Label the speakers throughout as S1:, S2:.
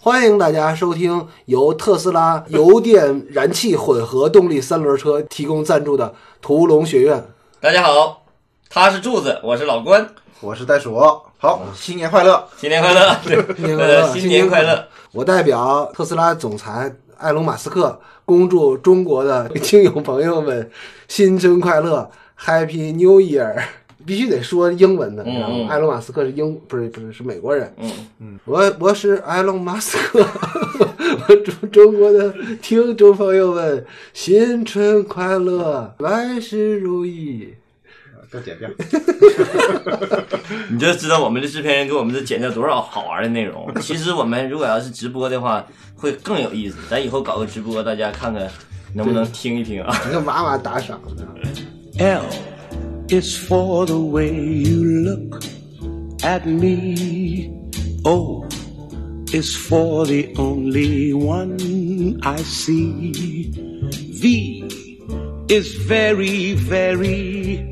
S1: 欢迎大家收听由特斯拉油电燃气混合动力三轮车提供赞助的《屠龙学院》。
S2: 大家好，他是柱子，我是老关，
S3: 我是袋鼠。好，新年快乐！
S2: 新年快乐！
S1: 新年快乐
S2: 新年快乐！
S1: 我代表特斯拉总裁埃隆·马斯克，恭祝中国的 听友朋友们新春快乐，Happy New Year！必须得说英文的，你知道
S2: 嗯嗯
S1: 吗？埃隆·马斯克是英，不是不是是美国人。
S2: 嗯，
S1: 我我是埃隆·马斯克， 我祝中国的听众朋友们新春快乐，万事如意。
S3: 给我剪掉。
S2: 你就知道我们的制片人给我们这剪掉多少好玩的内容。其实我们如果要是直播的话，会更有意思。咱以后搞个直播，大家看看能不能听一听啊。
S1: 你看哇哇打赏呢，
S4: L is for the way you look at me. O is for the only one I see. V is very, very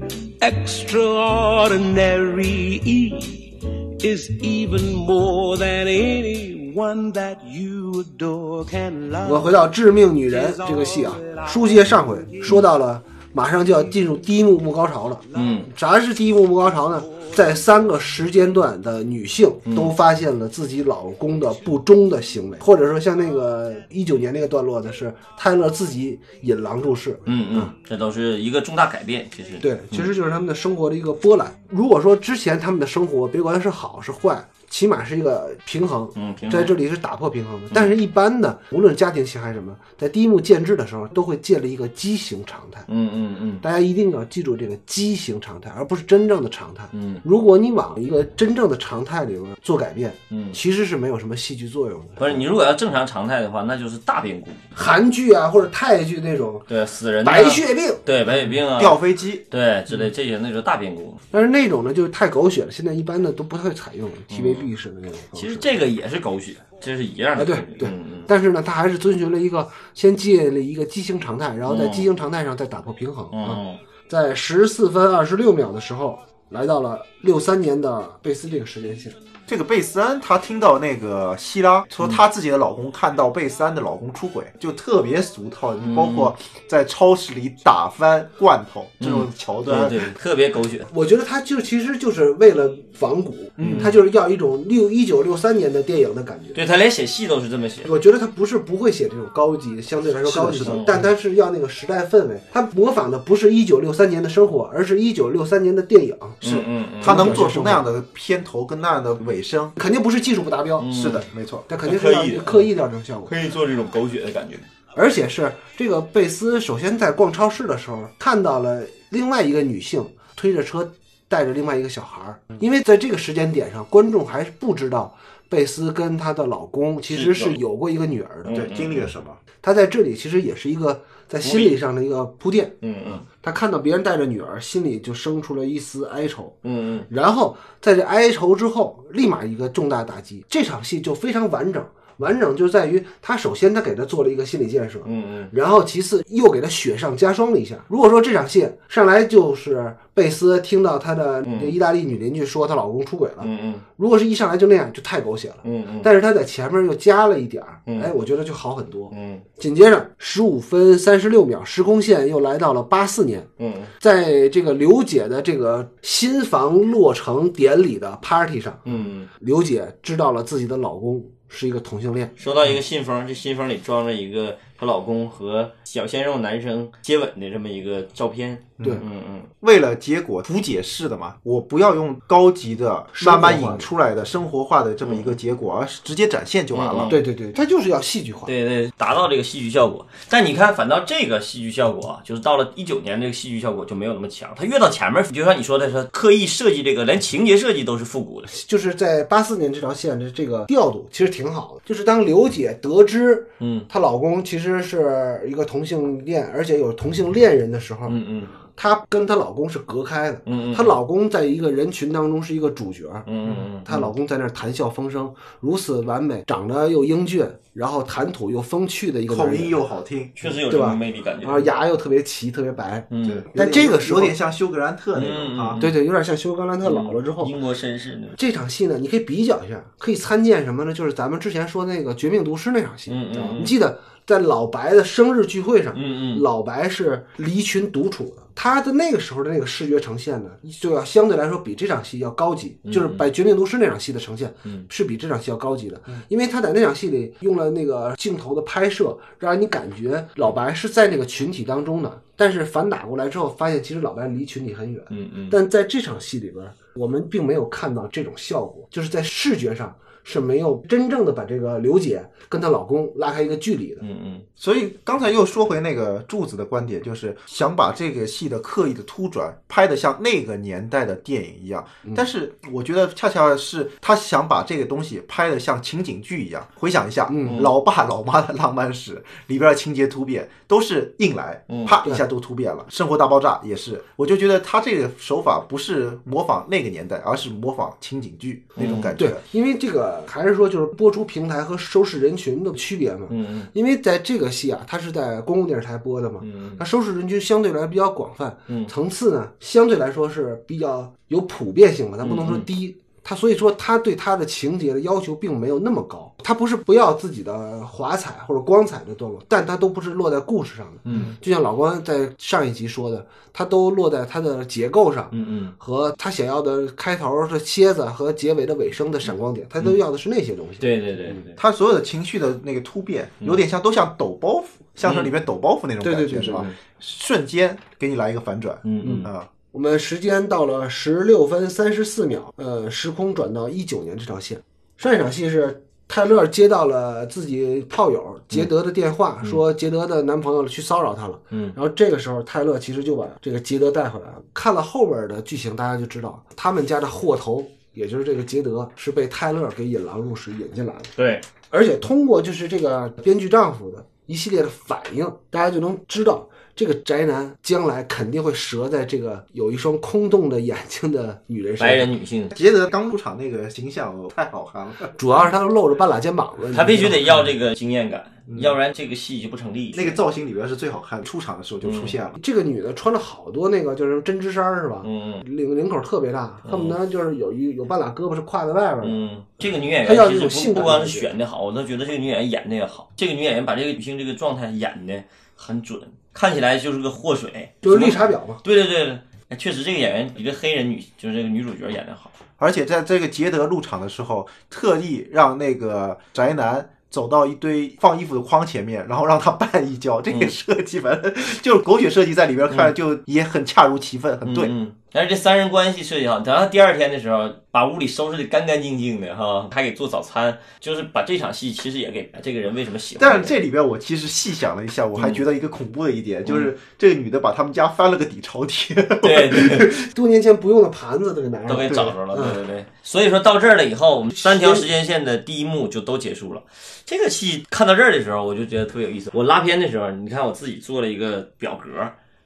S4: extraordinary. E is even more than anyone that you adore can love.
S1: 我回到《致命女人》这个戏啊，书接上回说到了，马上就要进入低幕幕高潮了。
S2: 嗯，
S1: 啥是低幕幕高潮呢？在三个时间段的女性都发现了自己老公的不忠的行为，或者说像那个一九年那个段落的是泰勒自己引狼入室，
S2: 嗯嗯，这都是一个重大改变，其实。
S1: 对，其实就是他们的生活的一个波澜。如果说之前他们的生活，别管是好是坏，起码是一个平衡，
S2: 嗯平衡嗯
S1: 在这里是打破平衡的。但是，一般的，无论家庭形还是什么，在第一幕建制的时候，都会建立一个畸形常态。
S2: 嗯嗯嗯，
S1: 大家一定要记住这个畸形常态，而不是真正的常态。
S2: 嗯，
S1: 如果你往一个真正的常态里边做改变，
S2: 嗯
S1: 其实是没有什么戏剧作用的。
S2: 不是你如果要正常常态的话，那就是大变故。
S1: 韩剧啊，或者泰剧那种
S2: 对，死人、啊、
S1: 白，血病，
S2: 对白血病啊，
S3: 掉飞机，
S2: 对之类这些，那就是大变故。
S1: 但是那种呢，就是太狗血了，现在一般的都不太采用
S2: 嗯
S1: TVB 式的那种方式。
S2: 其实这个也是狗血，这是一样的
S1: 啊，
S2: 东
S1: 对
S2: 西。
S1: 对
S2: 嗯嗯，
S1: 但是呢，他还是遵循了一个先建立一个畸形常态，然后在畸形常态上再打破平衡啊。
S2: 嗯
S1: 在十四分二十六秒的时候，来到了六三年的贝斯这个时间线。
S3: 这个贝斯安她听到那个希拉说她自己的老公看到贝斯安的老公出轨，就特别俗套，
S1: 嗯
S3: 包括在超市里打翻罐头
S1: 嗯
S3: 这种桥段
S2: 对，啊对，特别狗血。
S1: 我觉得他就其实就是为了仿古，
S2: 嗯
S1: 他就是要一种六一九六三年的电影的感觉。
S2: 对他连写戏都是这么写。
S1: 我觉得他不是不会写这种高级，相对来说高级
S3: 是的
S2: 是的
S1: 但他是要那个时代氛围。他模仿的不是一九六三年的生活，而是一九六三年的电影，
S2: 嗯嗯嗯，
S3: 她能做出那样的片头跟那样的尾声，
S1: 肯定不是技术不达标，
S3: 是的，没错。
S1: 他肯定是要
S2: 嗯刻意的
S1: 刻意调整效果。
S2: 可以做这种狗血的感觉。
S1: 而且是这个贝斯首先在逛超市的时候看到了另外一个女性推着车带着另外一个小孩儿，
S2: 嗯
S1: 因为在这个时间点上，观众还是不知道贝斯跟她的老公其实是有过一个女儿的。
S2: 嗯
S3: 对，经历了什么？
S1: 她在这里其实也是一个在心理上的一个铺垫。
S2: 嗯嗯
S1: 她看到别人带着女儿，心里就生出了一丝哀愁。
S2: 嗯嗯，
S1: 然后在这哀愁之后，立马一个重大打击。这场戏就非常完整，完整就在于他首先他给他做了一个心理建设，
S2: 嗯嗯，
S1: 然后其次又给他雪上加霜了一下。如果说这场戏上来就是贝斯听到她的那意大利女邻居说她老公出轨了，
S2: 嗯嗯
S1: 如果是一上来就那样，就太狗血了。
S2: 嗯嗯
S1: 但是他在前面又加了一点儿，哎，我觉得就好很多。
S2: 嗯
S1: 紧接着十五分三十六秒，时空线又来到了八四年，
S2: 嗯
S1: 在这个刘姐的这个新房落成典礼的 party 上，
S2: 嗯。
S1: 刘姐知道了自己的老公是一个同性恋。
S2: 收到一个信封，这信封里装着一个她老公和小鲜肉男生接吻的这么一个照片。
S1: 对
S2: 嗯嗯
S3: 为了结果图解式的嘛，我不要用高级的、慢慢引出来的生活化的这么一个结果，而是直接展现就完了。
S1: 嗯对对对，她就是要戏剧化。
S2: 对对，达到这个戏剧效果。但你看，反倒这个戏剧效果啊，就是到了一九年，这个戏剧效果就没有那么强。它越到前面，就像你说的，它刻意设计这个，连情节设计都是复古的。
S1: 就是在八四年这条线的这个调度其实挺好的，就是当刘姐得知，
S2: 嗯，
S1: 她老公其实是一个同性恋，而且有同性恋人的时候，
S2: 嗯嗯，
S1: 她跟她老公是隔开的，
S2: 嗯嗯
S1: 她老公在一个人群当中是一个主角，
S2: 嗯嗯
S1: 她老公在那儿谈笑风生，如此完美，长得又英俊，然后谈吐又风趣的一个男
S3: 口
S1: 人
S3: 音又好听，
S2: 确实有这
S1: 对吧啊
S2: 种魅力感觉
S1: 然后。牙又特别齐，特别白，
S2: 嗯，
S3: 对，
S1: 但
S3: 有点
S1: 这个时候
S3: 有点像休格兰特那
S2: 嗯
S3: 种
S2: 嗯
S3: 啊，
S1: 对对，有点像休格兰特老了之后。
S2: 英国绅士那种。
S1: 这场戏呢，你可以比较一下，可以参见什么呢？就是咱们之前说那个《绝命毒师》那场戏，
S2: 嗯嗯嗯
S1: 你记得在老白的生日聚会上，
S2: 嗯嗯，
S1: 老白是离群独处的，他的那个时候的那个视觉呈现呢，就要相对来说比这场戏要高级，就是把《绝命毒师》那场戏的呈现
S2: 嗯
S1: 是比这场戏要高级的，因为他在那场戏里用了那个镜头的拍摄，让你感觉老白是在那个群体当中的，但是反打过来之后，发现其实老白离群体很远。
S2: 嗯嗯，
S1: 但在这场戏里边，我们并没有看到这种效果，就是在视觉上是没有真正的把这个刘姐跟她老公拉开一个距离的。
S2: 嗯嗯
S3: 所以刚才又说回那个柱子的观点，就是想把这个戏的刻意的突转拍得像那个年代的电影一样，但是我觉得恰恰是他想把这个东西拍得像情景剧一样。回想一下，老爸老妈的浪漫史里边的情节突变都是硬来，啪一下都突变了。生活大爆炸也是，我就觉得他这个手法不是模仿那个年代，而是模仿情景剧那种感觉。
S1: 对，因为这个还是说就是播出平台和收视人群的区别嘛。
S2: 嗯
S1: 因为在这个戏啊，它是在公共电视台播的嘛，
S2: 嗯
S1: 它收视人群相对来比较广泛，
S2: 嗯
S1: 层次呢相对来说是比较有普遍性的，它不能说
S2: 嗯
S1: 低。它所以说，它对它的情节的要求并没有那么高。它不是不要自己的华彩或者光彩的段落，但它都不是落在故事上的。
S2: 嗯，
S1: 就像老关在上一集说的，它都落在它的结构上。
S2: 嗯嗯，
S1: 和他想要的开头的蝎子和结尾的尾声的闪光点，他都要的是那些东西。
S2: 嗯对对对对，
S3: 他所有的情绪的那个突变，有点像都像抖包袱，相声里面抖包袱那种
S1: 嗯对
S3: 感
S1: 对
S3: 觉
S1: 对
S3: 是
S1: 对
S3: 吧？瞬间给你来一个反转，
S2: 嗯嗯
S3: 啊，
S1: 我们时间到了十六分三十四秒，呃，时空转到一九年这条线。上一场戏是泰勒接到了自己炮友杰德的电话，说杰德的男朋友去骚扰她了。
S2: 嗯，
S1: 然后这个时候泰勒其实就把这个杰德带回来了。看了后边的剧情，大家就知道他们家的祸头，也就是这个杰德，是被泰勒给引狼入室引进来的。
S2: 对，
S1: 而且通过就是这个编剧丈夫的一系列的反应，大家就能知道这个宅男将来肯定会折在这个有一双空洞的眼睛的女人身上。
S2: 白人女性，
S3: 杰德刚出场那个形象哦 太好看了，
S1: 主要是他露着半拉肩膀 子，
S2: 他必须得要
S1: 这。
S2: 这个经验感，要不然这个戏就不成立。
S3: 那个造型里边是最好看的，出场的时候就出现了。
S1: 这个女的穿了好多那个就是针织衫儿是吧？
S2: 嗯
S1: 领领口特别大，恨不得就是有一有半拉胳膊是挎在外边的。
S2: 嗯，这个女演
S1: 她要
S2: 员
S1: 有
S2: 其实
S1: 性
S2: 不
S1: 感
S2: 不光
S1: 的
S2: 是
S1: 感觉
S2: 选的好，我都觉得这个女演员演的也好，这个女演员把这个女性这个状态演的很准，看起来就是个祸水，
S1: 就是绿
S2: 什
S1: 茶
S2: 么
S1: 婊嘛，
S2: 对对对对，哎确实这个演员比这黑人女就是这个女主角演的好。
S3: 而且在这个杰德入场的时候，特意让那个宅男。走到一堆放衣服的筐前面，然后让他绊一跤，这个
S1: 嗯
S3: 设计反正就是狗血设计，在里边看就也很恰如其分，啊很对。
S2: 嗯，但是这三人关系设计好，等到第二天的时候，把屋里收拾的干干净净的哈，还给做早餐，就是把这场戏其实也给这个人为什么喜欢。
S3: 但是这里边我其实细想了一下，我还觉得一个恐怖的一点、就是这个女的把他们家翻了个底朝天，
S2: 对对对，
S1: 多年前不用的盘子都给拿
S2: 嗯都
S1: 上来
S2: 给找着了，
S1: 嗯
S2: 对对对。所以说到这儿了以后，我们三条时间线的第一幕就都结束了。这个戏看到这儿的时候，我就觉得特别有意思。我拉片的时候，你看我自己做了一个表格。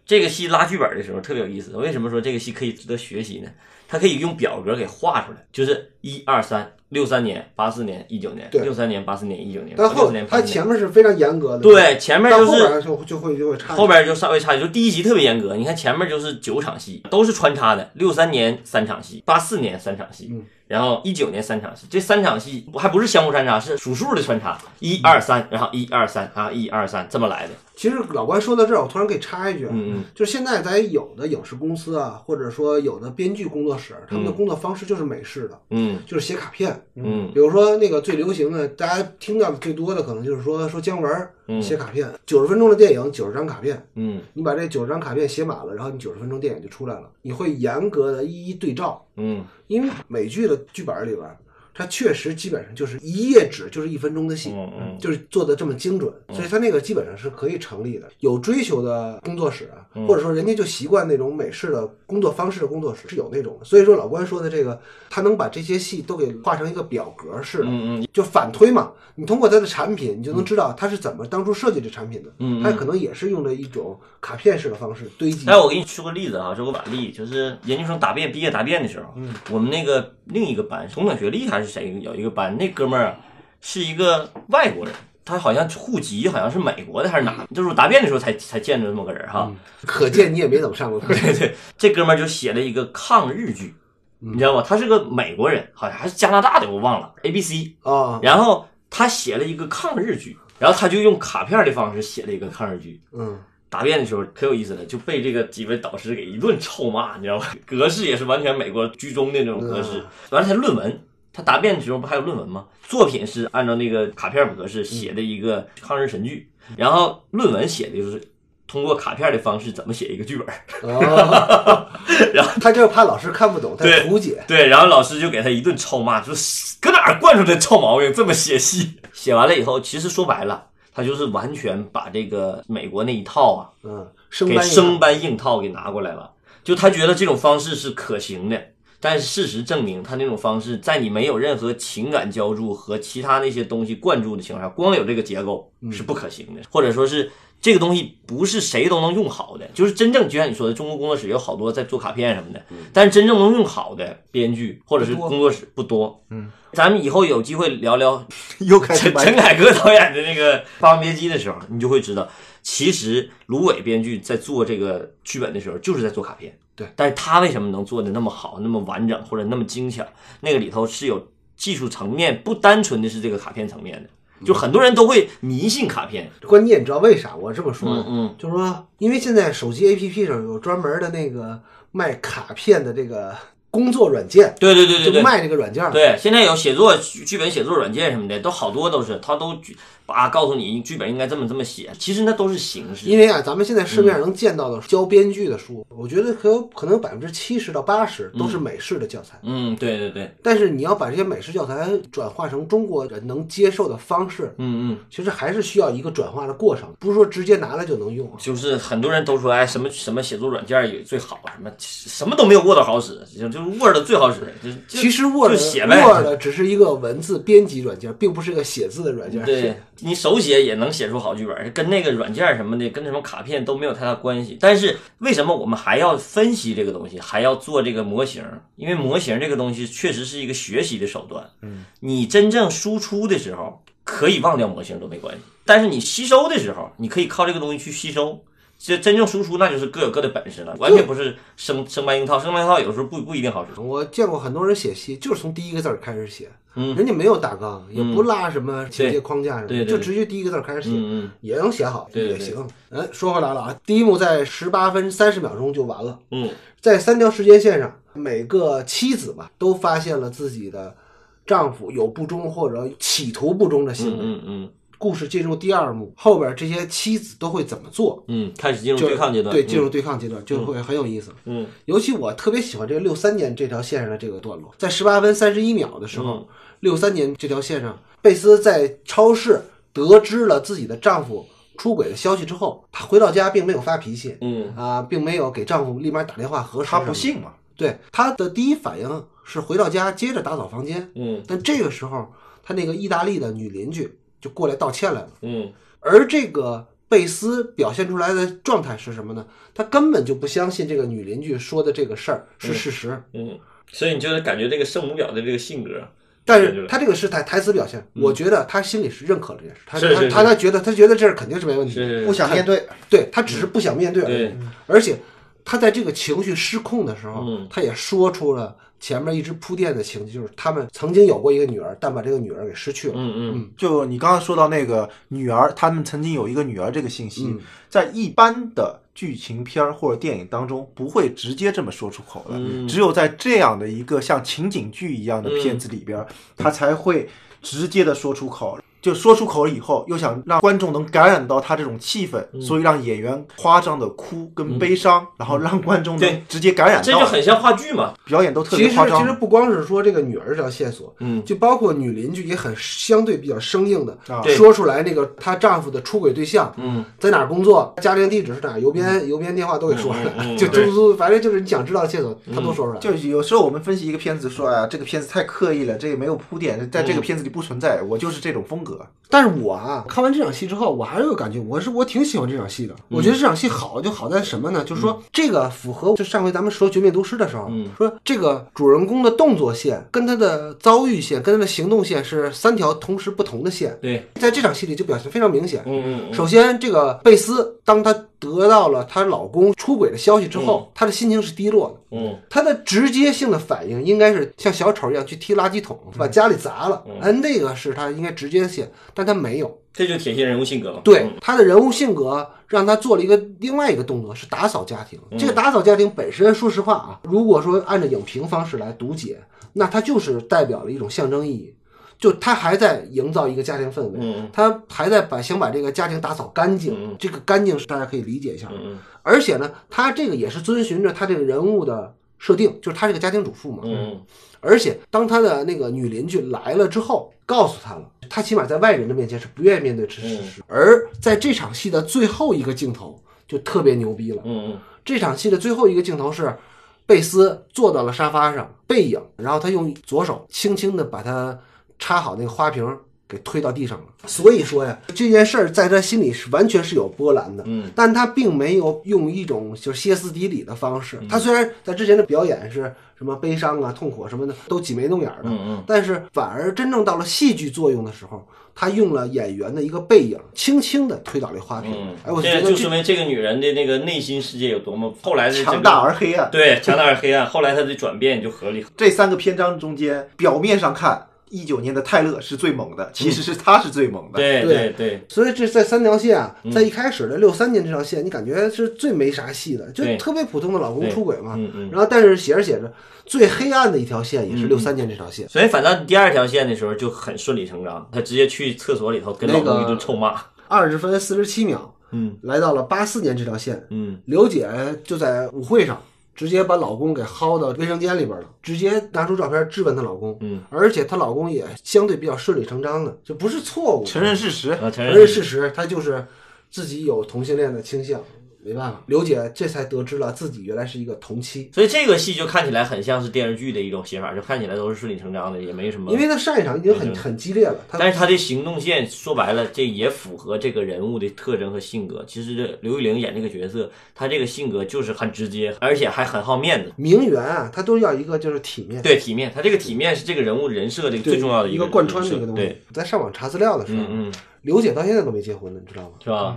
S2: 这个戏拉剧本的时候特别有意思。为什么说这个戏可以值得学习呢？它可以用表格给画出来，就是一二三，六三年、八四年、一九年，
S1: 对
S2: 六三年、八四年、一九年，
S1: 但
S2: 六
S1: 后
S2: 四年、
S1: 他
S2: 八四年。
S1: 前面是非常严格的，，
S2: 对，前面
S1: 到
S2: 就
S1: 后
S2: 是
S1: 边就就会就会差一点。
S2: 后边就稍微差一点，就第一集特别严格。你看前面就是九场戏，都是穿插的，六三年三场戏，八四年三场戏，然后一九年三场戏，这三场戏还不是相互穿插，是数数的穿插，一二三，然后一二三，然后一二三这么来的。
S1: 其实老关说到这儿，我突然给插一句，啊
S2: 嗯嗯，
S1: 就是现在在有的影视公司啊，或者说有的编剧工作室，他们的工作方式就是美式的，
S2: 嗯
S1: 就是写卡片。
S2: 嗯
S1: 比如说那个最流行的，大家听到的最多的可能就是说说姜文儿写卡片，九十分钟的电影，九十张卡片，
S2: 嗯
S1: 你把这九十张卡片写满了，然后你九十分钟电影就出来了，你会严格的一一对照，
S2: 嗯
S1: 因为美剧的剧本里边。它确实基本上就是一页纸就是一分钟的戏，
S2: 嗯嗯
S1: 就是做的这么精准，所以它那个基本上是可以成立的。有追求的工作室啊，
S2: 嗯
S1: 或者说人家就习惯那种美式的工作方式的工作室是有那种的。所以说老关说的这个，他能把这些戏都给画成一个表格式的，
S2: 嗯嗯
S1: 就反推嘛。你通过它的产品，你就能知道它是怎么当初设计这产品的。
S2: 嗯嗯
S1: 它可能也是用了一种卡片式的方式堆积。
S2: 哎，我给你说个例子啊，说个反例，就是研究生答辩毕业答辩的时候，我们那个另一个班同等学历还是谁有一个班，那哥们儿啊是一个外国人，他好像户籍好像是美国的还是哪，就是我答辩的时候才才见着这么个人哈。
S1: 可见你也没怎么上过课。
S2: 对对，这哥们儿就写了一个抗日剧，你知道吧？他是个美国人，好像还是加拿大的，我忘了 A B C。
S1: 啊，
S2: 然后他写了一个抗日剧，然后他就用卡片的方式写了一个抗日剧。
S1: 嗯，
S2: 答辩的时候可有意思了，就被这个几位导师给一顿臭骂，你知道吗？ 格式也是完全美国居中的那种格式
S1: 嗯。
S2: 完了，他论文，他答辩的时候不还有论文吗？作品是按照那个卡片格式写的一个抗日神剧，然后论文写的就是通过卡片的方式怎么写一个剧本。
S1: 哦，
S2: 然
S1: 后他就是怕老师看不懂，他
S2: 对
S1: 图解。
S2: 对，然后老师就给他一顿臭骂，说搁哪儿惯出这臭毛病，这么写戏。写完了以后，其实说白了，他就是完全把这个美国那一套啊，
S1: 嗯，生
S2: 给
S1: 搬硬套
S2: 生搬硬套给拿过来了。就他觉得这种方式是可行的，但是事实证明，他那种方式在你没有任何情感浇筑和其他那些东西灌注的情况下，光有这个结构是不可行的，或者说是这个东西不是谁都能用好的。就是真正就像你说的，中国工作室有好多在做卡片什么的，但是真正能用好的编剧或者是
S1: 嗯不多
S2: 工作室不多。嗯，咱们以后有机会聊聊
S3: 又开始
S2: 陈
S3: 买
S2: 陈凯歌导演的那个《霸王别姬》的时候，你就会知道，其实芦苇编剧在做这个剧本的时候，就是在做卡片。
S1: 对，
S2: 但是他为什么能做的那么好、那么完整或者那么精巧？那个里头是有技术层面，不单纯的是这个卡片层面的。就很多人都会迷信卡片，
S1: 关键你知道为啥我这么说呢？
S2: 嗯嗯，
S1: 就是说，因为现在手机 APP 上有专门的那个卖卡片的这个工作软件，
S2: 对对对对对
S1: 就，卖这个软件儿。
S2: 对，现在有写作剧剧本写作软件什么的，都好多都是，他都剧啊告诉你剧本应该这么这么写，其实那都是形式。
S1: 因为啊，咱们现在市
S2: 嗯
S1: 面上能见到的教编剧的书，我觉得可有可能百分之七十到八十都是美式的教材。
S2: 嗯，对对对，
S1: 但是你要把这些美式教材转化成中国人能接受的方式，
S2: 嗯嗯。
S1: 其实还是需要一个转化的过程，不是说直接拿来就能用啊。
S2: 就是很多人都说，哎，什么什么写作软件儿也最好，什么什么都没有 Word 好使，就就是 Word 最好使。就就
S1: 其实
S2: 就
S1: Word
S2: 写呗
S1: Word 只是一个文字编辑软件，并不是一个写字的软 件。
S2: 对你手写也能写出好剧本，跟那个软件儿什么的，跟什么卡片都没有太大关系。但是为什么我们还要分析这个东西，还要做这个模型？因为模型这个东西确实是一个学习的手段。嗯，你真正输出的时候可以忘掉模型都没关系，但是你吸收的时候，你可以靠这个东西去吸收。这真正输出那就是各有各的本事了，完全不是生生搬硬套，生搬硬套有时候不不一定好使。
S1: 我见过很多人写戏，就是从第一个字儿开始写，
S2: 嗯
S1: 人家没有大纲，也不拉什么情节
S2: 对
S1: 框架什么，
S2: 对对
S1: 就
S2: 对
S1: 直接第一个字儿开始写，
S2: 嗯嗯，
S1: 也能写好，
S2: 对对
S1: 也
S2: 对
S1: 行。哎，说回来了啊，第一幕在十八分三十秒钟就完了，
S2: 嗯，
S1: 在三条时间线上，每个妻子吧都发现了自己的丈夫有不忠或者企图不忠的行
S2: 嗯
S1: 为。
S2: 嗯嗯
S1: 故事进入第二幕，后边这些妻子都会怎么做？
S2: 嗯，开始进入
S1: 就
S2: 对抗阶段，
S1: 对，进入对抗阶段就会很有意思。
S2: 嗯
S1: 尤其我特别喜欢这个六三年这条线上的这个段落，在十八分三十一秒的时
S2: 嗯
S1: 候，六三、年这条线上，贝斯在超市得知了自己的丈夫出轨的消息之后，她回到家并没有发脾气，
S2: 嗯
S1: 啊，并没有给丈夫立马打电话核实，
S3: 他不，信嘛？
S1: 对，她的第一反应是回到家接着打扫房间，
S2: 嗯
S1: 但这个时候，她那个意大利的女邻居就过来道歉来了。
S2: 嗯
S1: 而这个贝斯表现出来的状态是什么呢？他根本就不相信这个女邻居说的这个事儿是事实，
S2: 嗯，所以你就是感觉这个圣母婊的这个性格，
S1: 但是他这个是台台词表现，我觉得他心里是认可了这件事，他
S2: 嗯是是
S1: 他他他
S2: 是
S1: 觉得他觉得这儿肯定是没问题，
S2: 是嗯
S3: 不想面对，
S1: 对他只是不想面对而已，
S2: 对
S1: 而且他在这个情绪失控的时候，
S2: 嗯
S1: 他也说出了前面一直铺垫的情绪，就是他们曾经有过一个女儿，但把这个女儿给失去了，
S2: 嗯嗯
S3: 就你刚刚说到那个女儿，他们曾经有一个女儿这个信息，
S2: 嗯
S3: 在一般的剧情片儿或者电影当中不会直接这么说出口的，
S2: 嗯
S3: 只有在这
S2: 嗯
S3: 样的一个像情景剧一样的片子里边儿，他才会直接的说出口。就说出口以后，又想让观众能感染到他这种气氛，
S2: 嗯
S3: 所以让演员夸张的哭跟悲伤，然后让观众
S2: 对
S3: 能直接感染
S2: 这
S3: 到
S2: 就，很像话剧嘛。
S3: 表演都特
S1: 其
S3: 别
S1: 实
S3: 夸
S1: 其实
S3: 张。
S1: 不光是说这个女儿这条线索，
S2: 嗯
S1: 就包括女邻居也很相对比较生硬的、
S3: 啊
S2: 对
S1: 说出来那个她丈夫的出轨对象，
S2: 嗯，
S1: 在哪儿工作，家庭地址是哪儿，邮编、邮编电话都给说出来，
S2: 嗯嗯嗯嗯
S1: 就
S3: 对
S1: 足足反正就是你想知道的线索，她都说出来。
S3: 就有时候我们分析一个片子，说哎呀，这个片子太刻意了，这个没有铺垫，在这
S2: 嗯
S3: 个片子里不存在，我就是这种风格。
S1: 但是我啊，看完这场戏之后，我还是有感觉，我是我挺喜欢这场戏的。
S2: 嗯
S1: 我觉得这场戏好就好在什么呢？就是说这个符合就上回咱们说《绝命毒师》的时候，
S2: 嗯
S1: 说这个主人公的动作线跟他的遭遇线跟他的行动线是三条同时不同的线，
S2: 对，
S1: 在这场戏里就表现非常明显。
S2: 嗯嗯嗯，
S1: 首先，这个贝斯当她得到了她老公出轨的消息之后，她的心情是低落的。
S2: 嗯，
S1: 他的直接性的反应应该是像小丑一样去踢垃圾桶，把家里砸了。哎，那个是他应该直接的线，但他没有。
S2: 这就体现人物性格了。
S1: 对他的人物性格，让他做了一个另外一个动作，是打扫家庭。这个打扫家庭本身，说实话啊，如果说按照影评方式来读解，那它就是代表了一种象征意义，就他还在营造一个家庭氛围。
S2: 嗯，
S1: 他还在把想把这个家庭打扫干净，
S2: 嗯
S1: 这个干净是大家可以理解一下。
S2: 嗯嗯
S1: 而且呢，他这个也是遵循着他这个人物的设定，就是他是个家庭主妇嘛。
S2: 嗯
S1: 而且当他的那个女邻居来了之后，告诉他了，他起码在外人的面前是不愿意面对事实
S2: 嗯
S1: 事实。而在这场戏的最后一个镜头就特别牛逼了，
S2: 嗯嗯
S1: 这场戏的最后一个镜头是。贝斯坐到了沙发上，背影，然后他用左手轻轻地把他插好那个花瓶儿给推到地上了。所以说呀，这件事儿在他心里是完全是有波澜的。
S2: 嗯，
S1: 但他并没有用一种就是歇斯底里的方式。
S2: 嗯
S1: 他虽然在之前的表演是什么悲伤啊、痛苦啊什么的都挤眉弄眼儿的，
S2: 嗯嗯
S1: 但是反而真正到了戏剧作用的时候，他用了演员的一个背影，轻轻的推倒了花瓶。
S2: 嗯，
S1: 哎，我觉
S2: 这
S1: 得
S2: 就
S1: 这
S2: 说明这个女人的那个内心世界有多么后来的这个
S3: 强大而黑暗，
S2: 对强大而黑暗，后来她的转变就合理。
S3: 这三个篇章中间，表面上看，一九年的泰勒是最猛的，其实是他是最猛的。
S2: 嗯对
S1: 对
S2: 对，
S1: 所以这在三条线
S2: 嗯
S1: 啊，在一开始的六三年这条线，你感觉是最没啥戏的，就
S2: 对
S1: 特别普通的老公
S2: 对
S1: 出轨嘛。
S2: 嗯嗯
S1: 然后但是写着写着，最黑暗的一条线也是六三年这条线。
S2: 所以反倒第二条线的时候就很顺理成章，她直接去厕所里头跟老公一顿臭 骂。啊
S1: 二十分四十七秒，
S2: 嗯，
S1: 来到了八四年这条线，
S2: 嗯，
S1: 刘姐就在舞会上直接把老公给薅到卫生间里边了，直接拿出照片质问她老公，
S2: 嗯，
S1: 而且她老公也相对比较顺理成章的，这不是错误，
S3: 承认事实，
S2: 啊，承
S1: 承认
S2: 认
S1: 事实，她就是自己有同性恋的倾向，没办法，刘姐这才得知了自己原来是一个同妻。
S2: 所以这个戏就看起来很像是电视剧的一种写法，就看起来都是顺理成章的，也没什么。
S1: 因为她上一场已经很
S2: 嗯
S1: 很激烈了，她
S2: 但是他的行动线说白了，这也符合这个人物的特征和性格。其实这刘玉玲演这个角色，她这个性格就是很直接，而且还很好面子，
S1: 名媛啊，她都要一个就是体面，
S2: 对体面。她这个体面是这个人物人设的最重要的
S1: 一
S2: 个
S1: 个贯穿的
S2: 人
S1: 一
S2: 设
S1: 个东西
S2: 对，。
S1: 在上网查资料的时候，
S2: 嗯嗯，
S1: 刘姐到现在都没结婚呢，你知道吗？
S2: 是吧？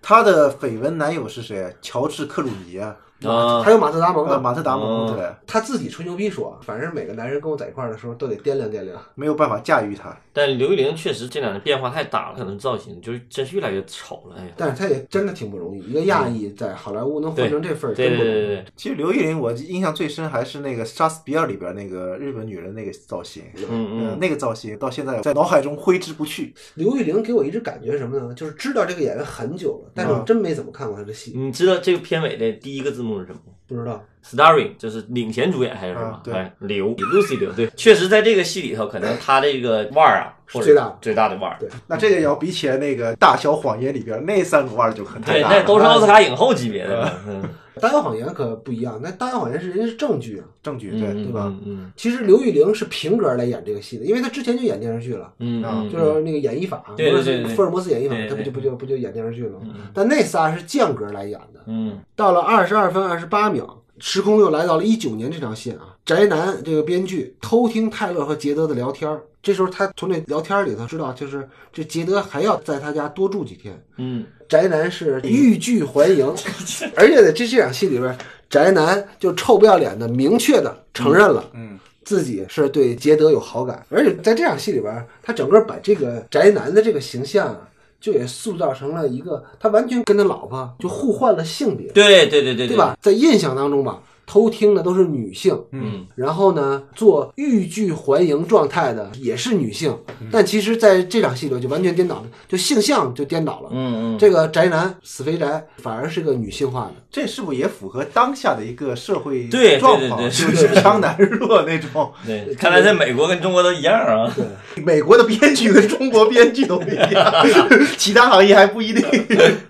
S3: 他的绯闻男友是谁？啊乔治·克鲁尼啊，
S2: 啊
S1: 还，有马特·达蒙
S3: 呃，
S1: 呢，
S3: 马特·达蒙
S2: 哦
S3: 对，
S1: 他自己吹牛逼说，啊反正每个男人跟我在一块儿的时候都得掂量掂量。
S3: 没有办法驾驭他。
S2: 但刘玉玲确实这两年变化太大了，可能造型就是真是越来越丑了。哎呀，
S1: 但是他也真的挺不容易，一个亚裔在好莱坞能混成这份儿，
S2: 嗯对
S1: 真
S2: 对
S1: 不容易。
S2: 对对，
S3: 其实刘玉玲，我印象最深还是那个《杀死比尔》里边那个日本女人那个造型，
S2: 嗯
S3: 呃
S2: 嗯，
S3: 那个造型到现在在脑海中挥之不去。
S1: 刘玉玲给我一直感觉什么呢？就是知道这个演员很久了，但是
S2: 啊
S1: 我真没怎么看过他的戏，
S2: 你知道这个片尾的第一个字幕是什么吗？
S1: 不知道。
S2: starring 就是领衔主演还是什么
S3: 啊？对
S2: 哎，刘 Lucy 刘对，确实在这个戏里头，可能他这个腕儿啊，或者
S1: 最大的
S2: 最大的腕儿
S1: 对，
S3: 那这个要比起来那个《大小谎言》里边那三个腕儿就很太
S2: 对，
S3: 大
S2: 那
S3: 了，
S2: 都是奥斯卡影后级别的了，嗯
S1: 大小谎言可不一样，那大小谎言是人家是正剧啊。
S3: 证据对
S2: 嗯
S3: 对吧？
S2: 嗯嗯
S1: 其实刘玉玲是平格来演这个戏的，因为她之前就演电视剧了，
S2: 嗯
S3: 啊
S2: 嗯，
S1: 就是那个演绎法，啊
S2: 对对
S1: 摩
S2: 对对
S1: 尔
S2: 对
S1: 斯福尔摩斯演绎法
S2: 对，对嗯
S1: 她不就
S2: 对
S1: 不就不就演电视剧了吗？但那仨是降格来演的，
S2: 嗯
S1: 到了二十二分二十八秒，时空又来到了一九年这条线啊。宅男这个编剧偷听泰勒和杰德的聊天儿，这时候他从这聊天儿里头知道，就是这杰德还要在他家多住几天。
S2: 嗯，
S1: 宅男是欲拒还 迎，而且在这这场戏里边，宅男就臭不要脸的明确的承认了，嗯，自己是对杰德有好感，而且在这场戏里边，他整个把这个宅男的这个形象啊，就也塑造成了一个他完全跟他老婆就互换了性别，
S2: 对对对对
S1: 对吧？？在印象当中吧，偷听的都是女性，
S2: 嗯，
S1: 然后呢，做欲拒还迎状态的也是女性，
S2: 嗯
S1: 但其实在这场戏里就完全颠倒了，就性向就颠倒了。
S2: 嗯嗯，
S1: 这个宅男死肥宅反而是个女性化的，
S3: 这是不是也符合当下的一个社会
S2: 对对
S3: 状
S2: 对
S3: 况？
S2: 对
S3: 就是强男弱那种。
S2: 对，看来在美国跟中国都一样啊。
S3: 美国的编剧跟中国编剧都不一 样，其他行业还不一定。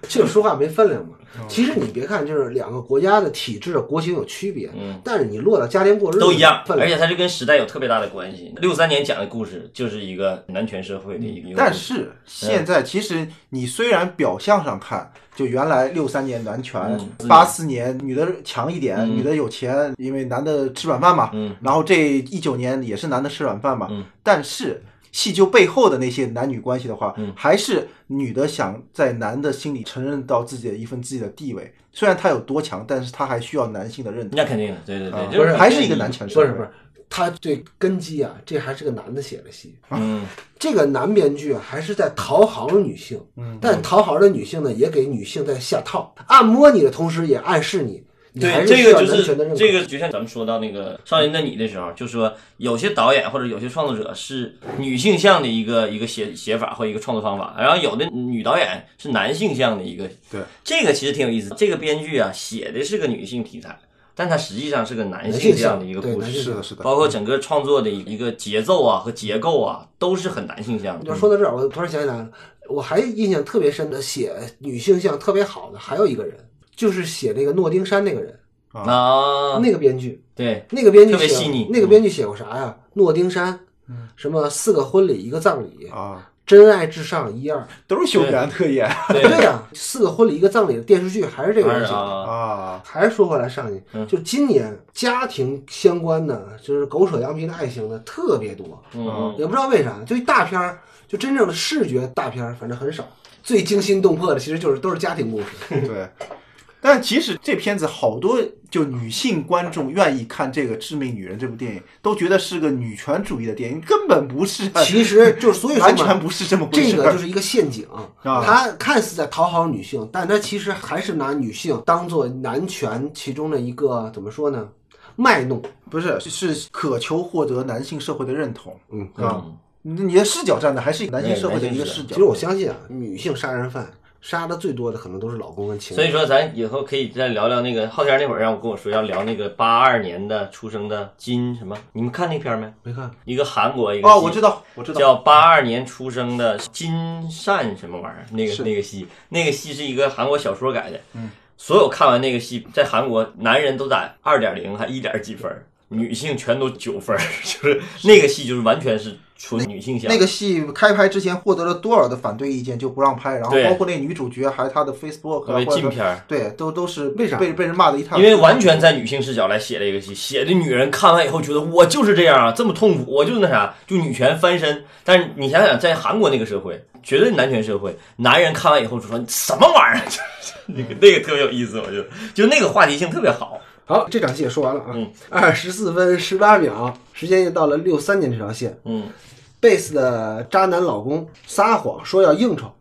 S1: 就是说话没分量嘛。
S2: 哦
S1: 其实你别看，就是两个国家的体制、国情有区别，
S2: 嗯
S1: 但是你落到家庭过日子
S2: 都一样，
S1: 分
S2: 而
S1: 量
S2: 且它就跟时代有特别大的关系。六三年讲的故事就是一个男权社会的一个，
S3: 嗯但是现在其实你虽然表象上看，就原来六三年男权
S2: 嗯，
S3: 八四年女的强一点，女的有钱，因为男的吃软饭嘛。
S2: 嗯
S3: 然后这一九年也是男的吃软饭嘛。
S2: 嗯
S3: 但是细究背后的那些男女关系的话，
S2: 嗯
S3: 还是女的想在男的心里承认到自己的一份自己的地位，虽然她有多强，但是她还需要男性的认同。
S2: 那肯定的，对对对，
S3: 啊
S2: 就
S3: 还是一个男权社
S1: 不
S3: 会，
S1: 是不是，他这根基啊，这还是个男的写的戏。
S2: 嗯
S1: 这个男编剧啊，还是在讨好女性，
S3: 嗯
S1: 但讨好的女性呢，也给女性在下套，按摩你的同时也暗示你，你还
S2: 对，
S1: 是
S2: 这
S1: 需要
S2: 个就
S1: 男权的认
S2: 是
S1: 可。
S2: 这个，就像咱们说到那个《少年的你》的时候，就说有些导演或者有些创作者是女性向的一个一个写写法或一个创作方法，然后有的女导演是男性向的一个。
S3: 对，
S2: 这个其实挺有意思。这个编剧啊，写的是个女性题材，但它实际上是个男
S1: 男性
S2: 性向
S1: 向
S2: 的一个
S1: 对
S2: 故
S1: 男
S2: 事
S1: 性。
S3: 是的，是的。
S2: 包括整个创作的一个节奏啊和结构啊，都是很男性向
S1: 你
S2: 的
S1: 要。说到这儿，我突然想起来了，我还印象特别深的写女性向特别好的还有一个人，就是写那个诺丁山那个人，
S2: 啊，
S1: 那个编剧，
S2: 对，
S1: 那个编剧
S2: 特别
S1: 写
S2: 细腻
S1: 那个编剧写过啥呀？诺丁山
S3: 嗯，
S1: 什么四个婚礼一个葬礼，
S3: 啊，
S1: 真爱至上一二，
S3: 都是修安特演
S2: 对啊
S1: 对呀，四个婚礼一个葬礼的电视剧还是这个
S2: 当
S1: 人
S2: 然
S1: 写的。
S2: 啊，
S3: 啊，
S1: 还是说回来上去，
S2: 嗯
S1: 就今年家庭相关的，就是狗扯羊皮的爱情的特别多，
S2: 嗯嗯，
S1: 也不知道为啥，就一大片儿，就真正的视觉大片儿，反正很少。最惊心动魄的其实就是都是家庭故事，
S3: 对。但其实这片子好多就女性观众愿意看这个《致命女人》这部电影，都觉得是个女权主义的电影，根本不是，
S1: 其 实就是所以说
S3: 哎完全
S1: 嘛，
S3: 不是这么回
S1: 这
S3: 事。
S1: 个就是一个陷阱。
S3: 啊
S1: 它看似在讨好女性，但它其实还是拿女性当做男权其中的一个怎么说呢？卖弄。
S3: 不是是渴求获得男性社会的认同，
S1: 嗯
S3: 啊，你你的视角站的还是男性社会的一个视
S1: 其
S3: 角
S1: 实。我相信啊，女性杀人犯杀的最多的可能都是老公跟情
S2: 所以
S1: 人。
S2: 说咱以后可以再聊聊那个昊天那会儿，让我跟我说要聊那个八二年的出生的金什么，你们看那片儿没？
S1: 没看
S2: 一个韩国一个
S3: 哦，
S2: 戏
S3: 我知道，我知道，
S2: 叫八二年出生的金善什么玩意儿，那
S3: 是
S2: 个那个戏，那个戏是一个韩国小说改的。嗯，所有看完那个戏，在韩国男人都打二点零还一点几分儿，女性全都九分儿， 就是那个戏就是完全是纯女性向的。
S3: 那个戏开拍之前获得了多少的反对意见，就不让拍，然后
S2: 对
S3: 包括那女主角还她的
S2: 所
S3: Facebook
S2: 谓
S3: 啊或者
S2: 禁片儿
S3: 对，都都是
S1: 为啥
S3: 被被人骂的一塌糊涂，
S2: 因为完全在女性视角来写了一个戏，写的女人看完以后觉得我就是这样啊，这么痛苦，我就是那啥，就女权翻身。但是你想想，在韩国那个社会，绝对男权社会，男人看完以后就说你什么玩意儿， 就是那个那个特别有意思，我觉得就那个话题性特别好。
S1: 好，这场戏也说完了啊
S2: 嗯，
S1: 二十四分十八秒，时间又到了六三年这条线。
S2: 嗯，
S1: 贝斯的渣男老公撒谎说要应酬，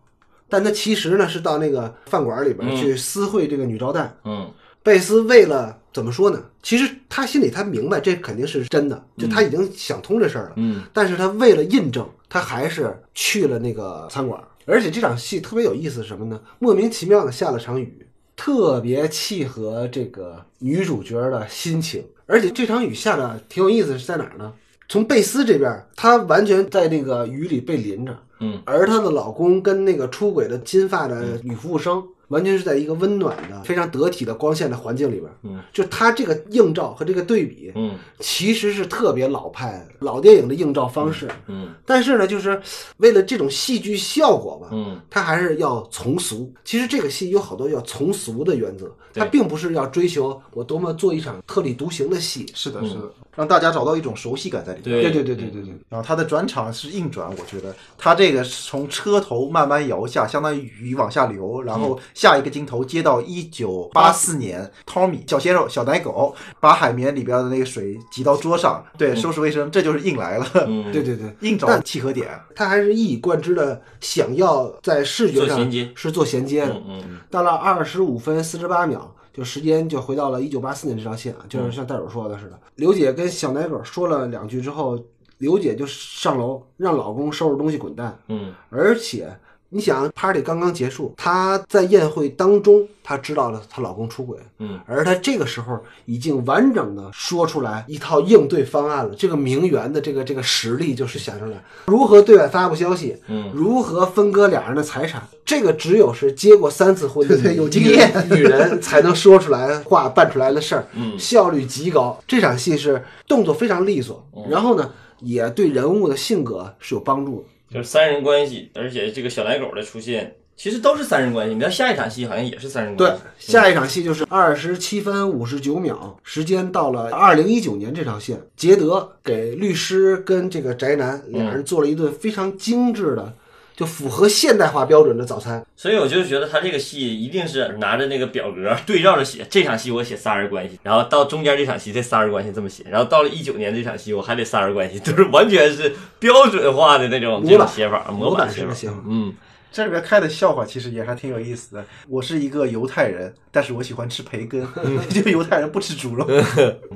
S1: 但他其实呢是到那个饭馆里边
S2: 嗯
S1: 去私会这个女招待。
S2: 嗯，
S1: 贝斯为了怎么说呢？其实他心里他明白这肯定是真的，就他已经想通这事儿了。
S2: 嗯，
S1: 但是他为了印证，他还是去了那个餐馆。而且这场戏特别有意思是什么呢？莫名其妙的下了场雨，特别契合这个女主角的心情。而且这场雨下的挺有意思是在哪儿呢？从贝斯这边，她完全在那个雨里被淋着，
S2: 嗯，
S1: 而她的老公跟那个出轨的金发的女服务生，完全是在一个温暖的、非常得体的光线的环境里边，
S2: 嗯，
S1: 就她这个映照和这个对比，
S2: 嗯
S1: 其实是特别老派老电影的映照方式，
S2: 嗯
S1: 但是呢，就是为了这种戏剧效果吧，
S2: 嗯，
S1: 他还是要从俗。其实这个戏有好多要从俗的原则，
S2: 对
S1: 他并不是要追求我多么做一场特立独行的戏。
S3: 是的，是的，让大家找到一种熟悉感在里面。
S2: 对
S1: 对对对对对对，
S3: 然后他的转场是硬转，我觉得他这个是从车头慢慢摇下，相当于雨往下流，然后下一个镜头接到一九八四年，Tommy 小鲜肉小奶狗把海绵里边的那个水挤到桌上，对，收拾卫生，这就是硬来了，
S2: 嗯
S1: 对对对，
S3: 硬找契合点。
S1: 他还是一以贯之的想要在视觉
S2: 做
S1: 上
S2: 衔接
S1: 是做衔接的。
S2: 嗯嗯
S1: 到了二十五分四十八秒，就时间就回到了一九八四年这条线啊，就是像袋鼠说的似的，刘姐跟小奶狗说了两句之后，刘姐就上楼让老公收拾东西滚蛋，
S2: 嗯，
S1: 而且你想，party 刚刚结束，她在宴会当中，她知道了她老公出轨，
S2: 嗯，
S1: 而她这个时候已经完整的说出来一套应对方案了。这个名媛的这个这个实力就是显出
S3: 嗯
S1: 来，如何对外发布消息，
S2: 嗯
S1: 如何分割俩人的财产，这个只有是结过三次婚的
S3: 对对有
S1: 女
S3: 经验
S1: 女人才能说出来话、办出来的事儿，
S2: 嗯
S1: 效率极高。这场戏是动作非常利索，
S3: 嗯
S1: 然后呢，也对人物的性格是有帮助的。
S2: 就是三人关系，而且这个小奶狗的出现，其实都是三人关系。你看下一场戏好像也是三人
S1: 对
S2: 关系，，
S1: 下一场戏就是二十七分五十九秒，时间到了二零一九年这条线，捷德给律师跟这个宅男俩人做了一顿非常精致的，就符合现代化标准的早餐。
S2: 所以我就觉得他这个戏一定是拿着那个表格对照着写，这场戏我写仨人关系，然后到中间这场戏这仨人关系这么写，然后到了一九年这场戏我还得仨人关系， 就是完全是标准化的那种
S1: 模
S2: 这种
S1: 板
S2: 写法，模
S1: 模
S2: 板
S1: 板
S2: 写
S1: 式
S2: 法
S1: 的。写法，
S2: 嗯，
S3: 这里边开的笑话其实也还挺有意思的。我是一个犹太人，但是我喜欢吃培根， 就犹太人不吃猪肉。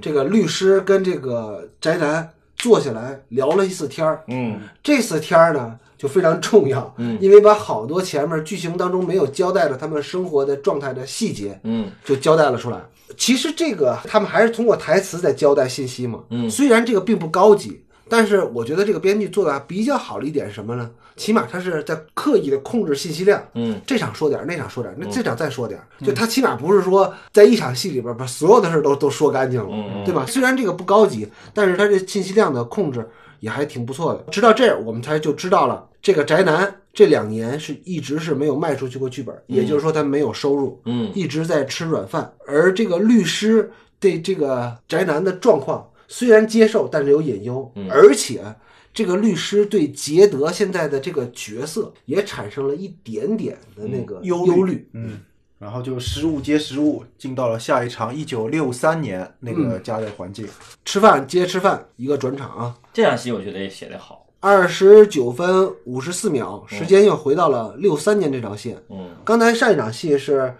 S1: 这个律师跟这个宅男坐下来聊了一次天儿，
S2: 嗯，
S1: 这次天儿呢就非常重要，嗯，因为把好多前面剧情当中没有交代的他们生活的状态的细节，
S2: 嗯，
S1: 就交代了出来。其实这个他们还是通过台词在交代信息嘛，嗯，虽然这个并不高级，但是我觉得这个编剧做的比较好的一点是什么呢？起码他是在刻意的控制信息量，
S2: 嗯，
S1: 这场说点儿，那场说点儿，那这场再说点儿，就他起码不是说在一场戏里边把所有的事儿都都说干净了，对吧？虽然这个不高级，但是他这信息量的控制也还挺不错的。直到这儿，我们才就知道了这个宅男。这两年是一直是没有卖出去过剧本，也就是说他没有收入，
S2: 嗯，
S1: 一直在吃软饭。而这个律师对这个宅男的状况虽然接受，但是有隐忧，
S3: 嗯
S1: 而且这个律师对捷德现在的这个角色也产生了一点点的那个
S3: 忧
S1: 忧
S3: 虑嗯，然后就食物接食物，进到了下一场一九六三年那个加热环境。
S1: 吃饭接着吃饭，一个转场啊，
S2: 这场戏我觉得也写得好。
S1: 二十九分五十四秒，时间又回到了六三年这条线。
S2: 嗯，
S1: 刚才上一场戏是，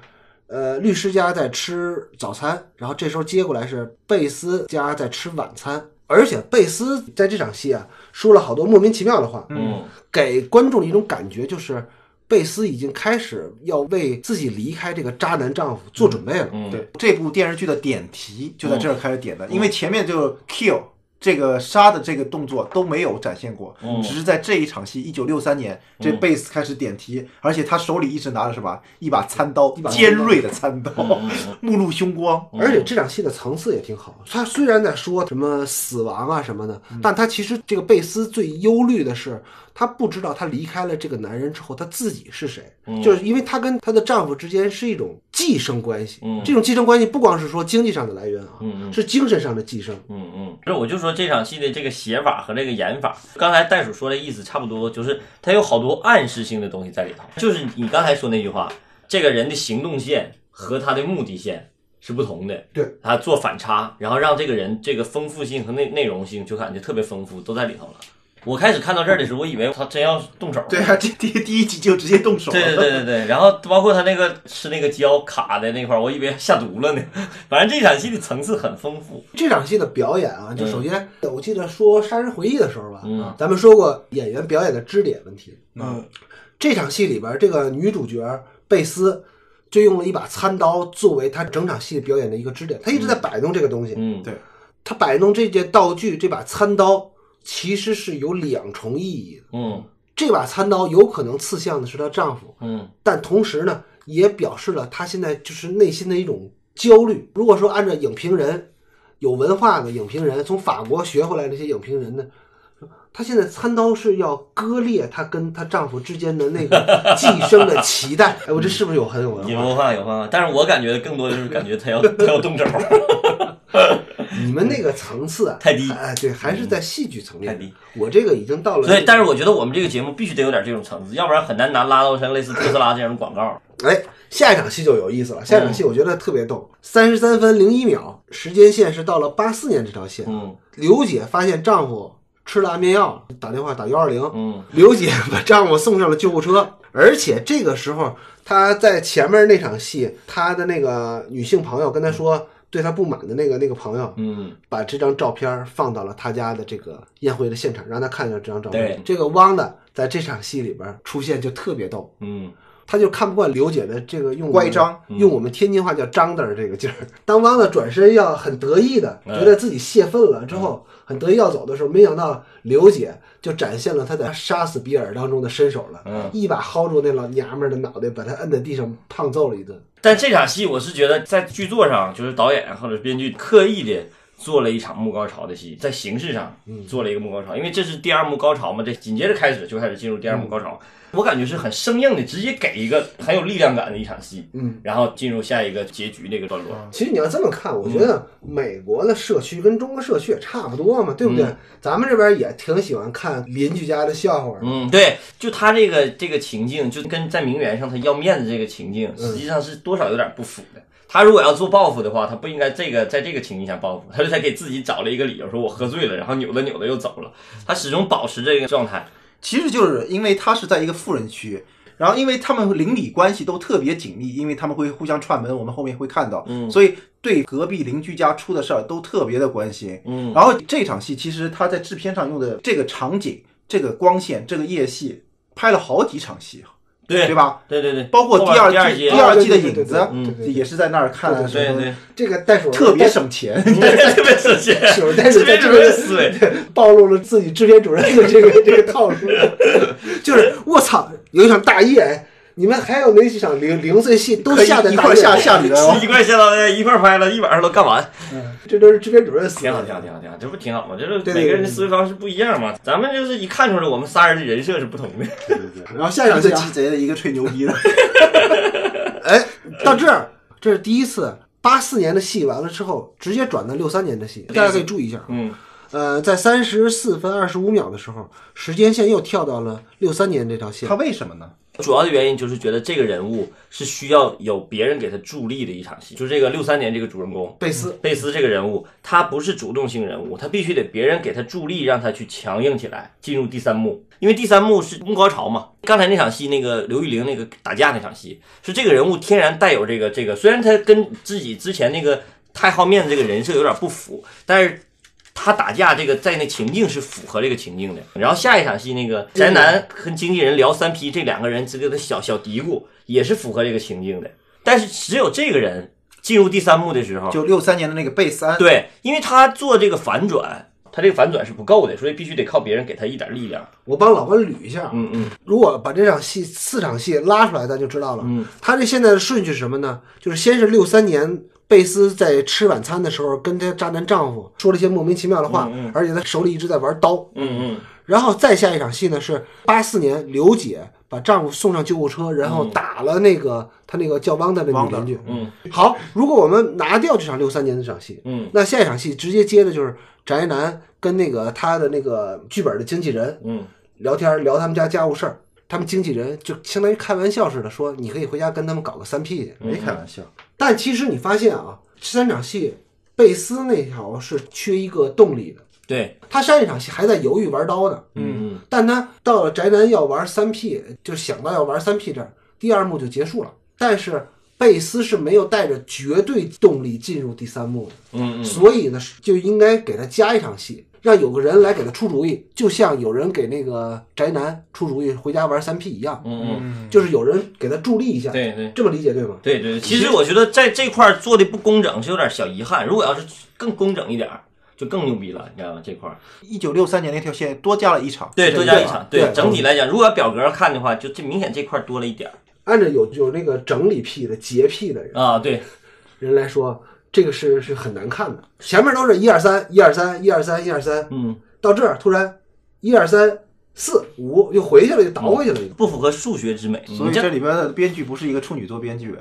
S1: 呃，律师家在吃早餐，然后这时候接过来是贝斯家在吃晚餐，而且贝斯在这场戏啊说了好多莫名其妙的话，
S2: 嗯，
S1: 给观众一种感觉就是。贝斯已经开始要为自己离开这个渣男丈夫做准备了，
S2: 嗯
S3: 对，这部电视剧的点题就在这儿开始点的，因为前面就 kill 这个杀的这个动作都没有展现过，
S2: 嗯
S3: 只是在这一场戏，一九六三年，这贝斯开始点题，而且他手里一直拿着什么一把餐刀，
S1: 把
S3: 尖
S1: 餐刀
S3: 锐的餐刀，
S2: 嗯
S3: 目露凶光。
S1: 而且这场戏的层次也挺好。他虽然在说什么死亡啊什么的，但他其实这个贝斯最忧虑的是，她不知道她离开了这个男人之后，她自己是谁。就是因为她跟她的丈夫之间是一种寄生关系，这种寄生关系不光是说经济上的来源啊，是精神上的寄生。
S2: 嗯嗯，不是，我就说这场戏的这个写法和这个演法，刚才袋鼠说的意思差不多，就是它有好多暗示性的东西在里头。就是你刚才说那句话，这个人的行动线和他的目的线是不同的，
S1: 对，
S2: 他做反差，然后让这个人这个丰富性和内内容性就感觉特别丰富，都在里头了。我开始看到这儿的时候，我以为他真要动手，
S3: 对啊，这第第一集就直接动手 了。
S2: 对对对对对，然后包括他那个吃那个胶卡的那块儿，我以为下毒了呢。反正这场戏的层次很丰富，
S1: 这场戏的表演啊，就首先我记得说《杀人回忆》的时候吧，
S2: 嗯
S1: 咱们说过演员表演的支点问题。嗯，这场戏里边，这个女主角贝斯就用了一把餐刀作为她整场戏表演的一个支点，她一直在摆弄这个东西。
S2: 嗯，
S3: 对
S1: 她摆弄这件道具，这把餐刀其实是有两重意义的。
S2: 嗯
S1: 这把餐刀有可能刺向的是她丈夫，
S2: 嗯
S1: 但同时呢，也表示了他现在就是内心的一种焦虑。如果说按照影评人有文化的影评人，从法国学回来那些影评人呢，他现在餐刀是要割裂她跟她丈夫之间的那个寄生的脐带。哎，我这是不是有很有文
S2: 有
S1: 化？
S2: 文化有文化，但是我感觉更多就是感觉 他要他要动手，
S1: 你们那个层次啊，
S2: 太低
S1: 哎，对，还是在戏剧层面。
S2: 太低。
S1: 我这个已经到了那个，
S2: 所以但是我觉得我们这个节目必须得有点这种层次，要不然很难拿拉到像类似特斯拉这样的广告。
S1: 哎，下一场戏就有意思了。下一场
S2: 哦
S1: 戏我觉得特别逗，三十三分零一秒，时间线是到了八四年这条线。
S2: 嗯
S1: 刘姐发现丈夫吃了安眠药，打电话打幺二零。
S2: 嗯
S1: 刘姐把丈夫送上了救护车，而且这个时候他在前面那场戏，他的那个女性朋友跟他说对他不满的那个那个朋友，
S2: 嗯，
S1: 把这张照片放到了他家的这个宴会的现场，让他看到这张照片
S2: 对。
S1: 这个汪的在这场戏里边出现就特别逗，
S2: 嗯，
S1: 他就看不惯刘姐的这个用我们
S3: 乖张，
S1: 用我们天津话叫张的儿这个劲儿。当汪的转身要很得意的，
S2: 嗯
S1: 觉得自己泄愤了之后，很得意要走的时候，没想到刘姐就展现了她在杀死比尔当中的身手了，
S2: 嗯
S1: 一把薅住那老娘们儿的脑袋，把她摁在地上胖揍了一顿。
S2: 但这场戏我是觉得在剧作上，就是导演或者是编剧刻意的做了一场幕高潮的戏，在形式上做了一个幕高潮，因为这是第二幕高潮嘛，这紧接着开始就开始进入第二幕高潮，我感觉是很生硬的，直接给一个很有力量感的一场戏，
S1: 嗯，
S2: 然后进入下一个结局那个段落，
S1: 其实你要这么看，我觉得
S2: 嗯
S1: 美国的社区跟中国社区也差不多嘛，对不对？
S2: 嗯
S1: 咱们这边也挺喜欢看邻居家的笑话，
S2: 嗯，对，就他这个这个情境，就跟在名媛上他要面子这个情境，实际上是多少有点不符的。他如果要做报复的话，他不应该这个在这个情境下报复，他是他给自己找了一个理由，说我喝醉了，然后扭的扭的又走了，他始终保持这个状态。
S3: 其实就是因为他是在一个富人区，然后因为他们邻里关系都特别紧密，因为他们会互相串门，我们后面会看到，
S2: 嗯
S3: 所以对隔壁邻居家出的事儿都特别的关心。
S2: 嗯，
S3: 然后这场戏其实他在制片上用的这个场景、这个光线、这个夜戏，拍了好几场戏，
S2: 对
S3: 对？吧？
S2: 对对对，
S3: 包括
S2: 后
S3: 第
S2: 边
S3: 二
S2: 第二嗯
S3: 季、
S2: 季，
S3: 第二季的
S1: 对对
S3: 影
S1: 对
S3: 子
S1: 对对对
S3: 也是在那儿看，
S2: 对对，
S1: 这个袋鼠儿
S3: 特别省钱。
S2: 对，特别生气，
S1: 袋 鼠儿袋鼠儿在
S2: 特别
S1: 这
S2: 特
S1: 边
S2: 别思维。
S1: 暴露了自己制片主任的这个这个套 路，就是我操，有一场大夜，哎你们还有哪几场零零碎戏都
S3: 可以
S1: 下在
S3: 一
S1: 大
S3: 块
S1: 夜？
S3: 下下雨的哦
S2: 一块下到大家一块儿拍了，一晚上都干完，
S1: 这都是制片主任死
S2: 挺好，
S1: 的。
S2: 挺好，挺好，挺好，这不挺好吗？这是
S1: 对对
S2: 每个人的思维方式不一样嘛。咱们就是一看出来，我们仨人的人设是不同的。
S1: 然后下
S3: 一
S1: 场
S3: 个
S1: 戏
S3: 鸡
S1: 啊，
S3: 贼的，一个吹牛逼的。
S1: 哎，到这儿，这是第一次。八四年的戏完了之后，直接转到六三年的戏，大家可以注意一下。
S2: 嗯，
S1: 呃，在三十四分二十五秒的时候，时间线又跳到了六三年这条线
S3: 他。为什么呢？
S2: 主要的原因就是觉得这个人物是需要有别人给他助力的一场戏，就这个六三年这个主人公
S1: 贝斯，
S2: 贝斯这个人物，他不是主动性人物，他必须得别人给他助力，让他去强硬起来，进入第三幕。因为第三幕是幕高潮嘛，刚才那场戏，那个刘玉玲那个打架那场戏，是这个人物天然带有这个这个，虽然他跟自己之前那个太好面子这个人设有点不符，但是他打架这个在那情境是符合这个情境的。然后下一场戏那个宅男跟经纪人聊三 P，这两个人这个的小小嘀咕也是符合这个情境的。但是只有这个人进入第三幕的时候，
S3: 就六三年的那个贝斯安，
S2: 对，因为他做这个反转，他这个反转是不够的，所以必须得靠别人给他一点力量。
S1: 我帮老关捋一下。
S2: 嗯嗯，
S1: 如果把这场戏四场戏拉出来，咱就知道了。
S2: 嗯，
S1: 他这现在的顺序是什么呢？就是先是六三年贝斯在吃晚餐的时候，跟她渣男丈夫说了一些莫名其妙的话，
S2: 嗯嗯
S1: 而且他手里一直在玩刀。
S2: 嗯嗯，
S1: 然后再下一场戏呢是八四年刘姐把丈夫送上救护车，然后打了那个她那个叫汪的那女邻居。
S2: 嗯，
S1: 好，如果我们拿掉这场六三年的这场戏，
S2: 嗯，
S1: 那下一场戏直接接的就是宅男跟那个他的那个剧本的经纪人，
S2: 嗯，
S1: 聊天聊他们家家务事儿。他们经纪人就相当于开玩笑似的说：“你可以回家跟他们搞个三 P 去。
S2: 嗯
S3: 没开玩笑。
S1: 但其实你发现啊，这三场戏贝斯那条是缺一个动力的，
S2: 对，
S1: 他上一场戏还在犹豫玩刀呢。
S2: 嗯
S1: 但他到了宅男要玩三 P，就是想到要玩三 P 这儿，第二幕就结束了。但是贝斯是没有带着绝对动力进入第三幕的，
S2: 嗯嗯
S1: 所以呢就应该给他加一场戏，让有个人来给他出主意，就像有人给那个宅男出主意回家玩三 P 一样，
S2: 嗯嗯，
S1: 就是有人给他助力一下。
S2: 对对。
S1: 这么理解对吗？
S2: 对对，对其实我觉得在这块儿做的不工整是有点小遗憾。如果要是更工整一点儿，就更牛逼了，你知道吗？这块儿
S3: 一九六三年那条线多加了一场，
S2: 对
S3: 是这
S2: 多
S3: 个
S2: 加一
S3: 吧
S2: 场，
S1: 对
S2: 对嗯整体来讲，如果要表格看的话，就这明显这块儿多了一点儿
S1: 按照有有那个整理癖的洁癖的人
S2: 啊。对，
S1: 人来说，这个是是很难看的。前面都是一二三一二三一二三一二三，
S2: 嗯，
S1: 到这儿突然一二三四五又回去了，又倒回去了。
S2: 不符合数学之美，
S3: 所以
S2: 你
S3: 这里边的编剧不是一个处女座编剧，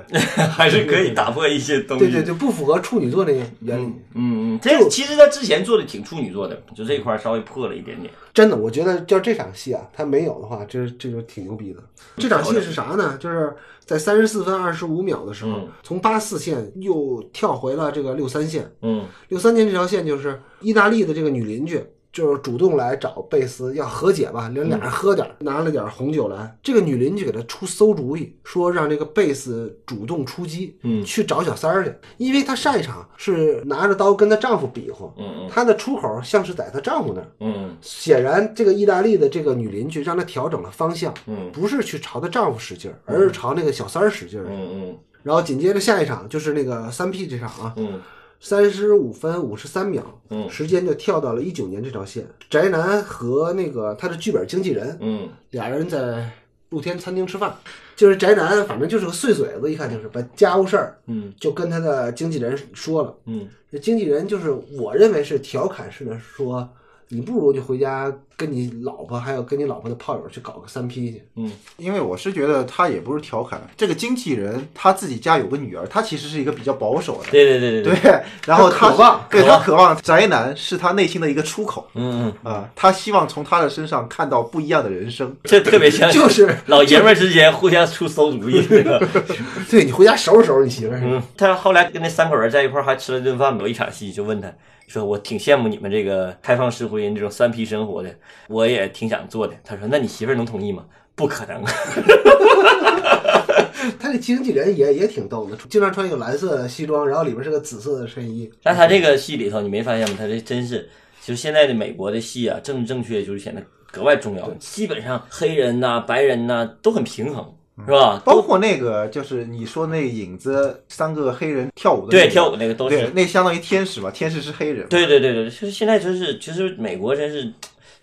S2: 还是可以打破一些东西。
S1: 对对，对，不符合处女座那个原理。
S2: 嗯嗯，这其实他之前做的挺处女座的，就这块儿稍微破了一点点。
S1: 真的，我觉得就这场戏啊，他没有的话，这这就挺牛逼的。这场戏是啥呢？就是在三十四分二十五秒的时候
S2: 嗯，
S1: 从八四线又跳回了这个六三线。
S2: 嗯
S1: 六三年这条线就是意大利的这个女邻居就是主动来找贝斯要和解吧，两
S2: 嗯
S1: 俩人喝点儿，拿了点儿红酒来。这个女邻居给他出馊主意，说让这个贝斯主动出击，
S2: 嗯
S1: 去找小三儿去，因为她上一场是拿着刀跟她丈夫比划，
S2: 嗯
S1: 她的出口像是在她丈夫那儿。
S2: 嗯
S1: 显然，这个意大利的这个女邻居让她调整了方向，
S2: 嗯
S1: 不是去朝她丈夫使劲儿，而是朝那个小三儿使劲儿。
S2: 嗯
S1: 然后紧接着下一场就是那个三 P 这场啊，
S2: 嗯
S1: 三十五分五十三秒，
S2: 嗯
S1: 时间就跳到了一九年这条线。宅男和那个他的剧本经纪人，
S2: 嗯
S1: 俩人在露天餐厅吃饭，就是宅男，反正就是个碎嘴子，一看就是把家务事儿
S2: 嗯
S1: 就跟他的经纪人说了。
S2: 嗯
S1: 这经纪人就是我认为是调侃式的说，你不如就回家跟你老婆还有跟你老婆的炮友去搞个三 P 去。
S3: 因为我是觉得他也不是调侃，这个经纪人他自己家有个女儿，他其实是一个比较保守的，
S2: 对对对对
S3: 对，，然后
S1: 他渴望
S3: 对
S2: 渴望
S3: 他渴望宅男是他内心的一个出口
S2: 嗯嗯，
S3: 啊、他希望从他的身上看到不一样的人生。
S2: 这特别像
S1: 就是
S2: 老爷们儿之间互相出馊主意。这个
S1: 对你回家收拾收拾你媳妇儿 去。
S2: 嗯，他后来跟那三口人在一块儿还吃了顿饭，有一场戏就问他说：“我挺羡慕你们这个开放式婚姻这种三 P 生活的，我也挺想做的。”他说：“那你媳妇儿能同意吗？”不可能，
S1: 他这经纪人也也挺逗的，经常穿一个蓝色的西装，然后里边是个紫色的衬衣。
S2: 但他这个戏里头，你没发现吗？他这真是，就是现在的美国的戏啊，政治正确就是显得格外重要。基本上黑人呐、白人呐、都很平衡，是吧？
S3: 包
S2: 都
S3: 括那个，就是你说那影子三个黑人跳舞的、那
S2: 对
S3: 个
S2: 跳舞那个都
S3: 对
S2: 是，，
S3: 那相当于天使嘛，天使是黑人嘛。
S2: 对对对对，就是现在真是，其实美国真是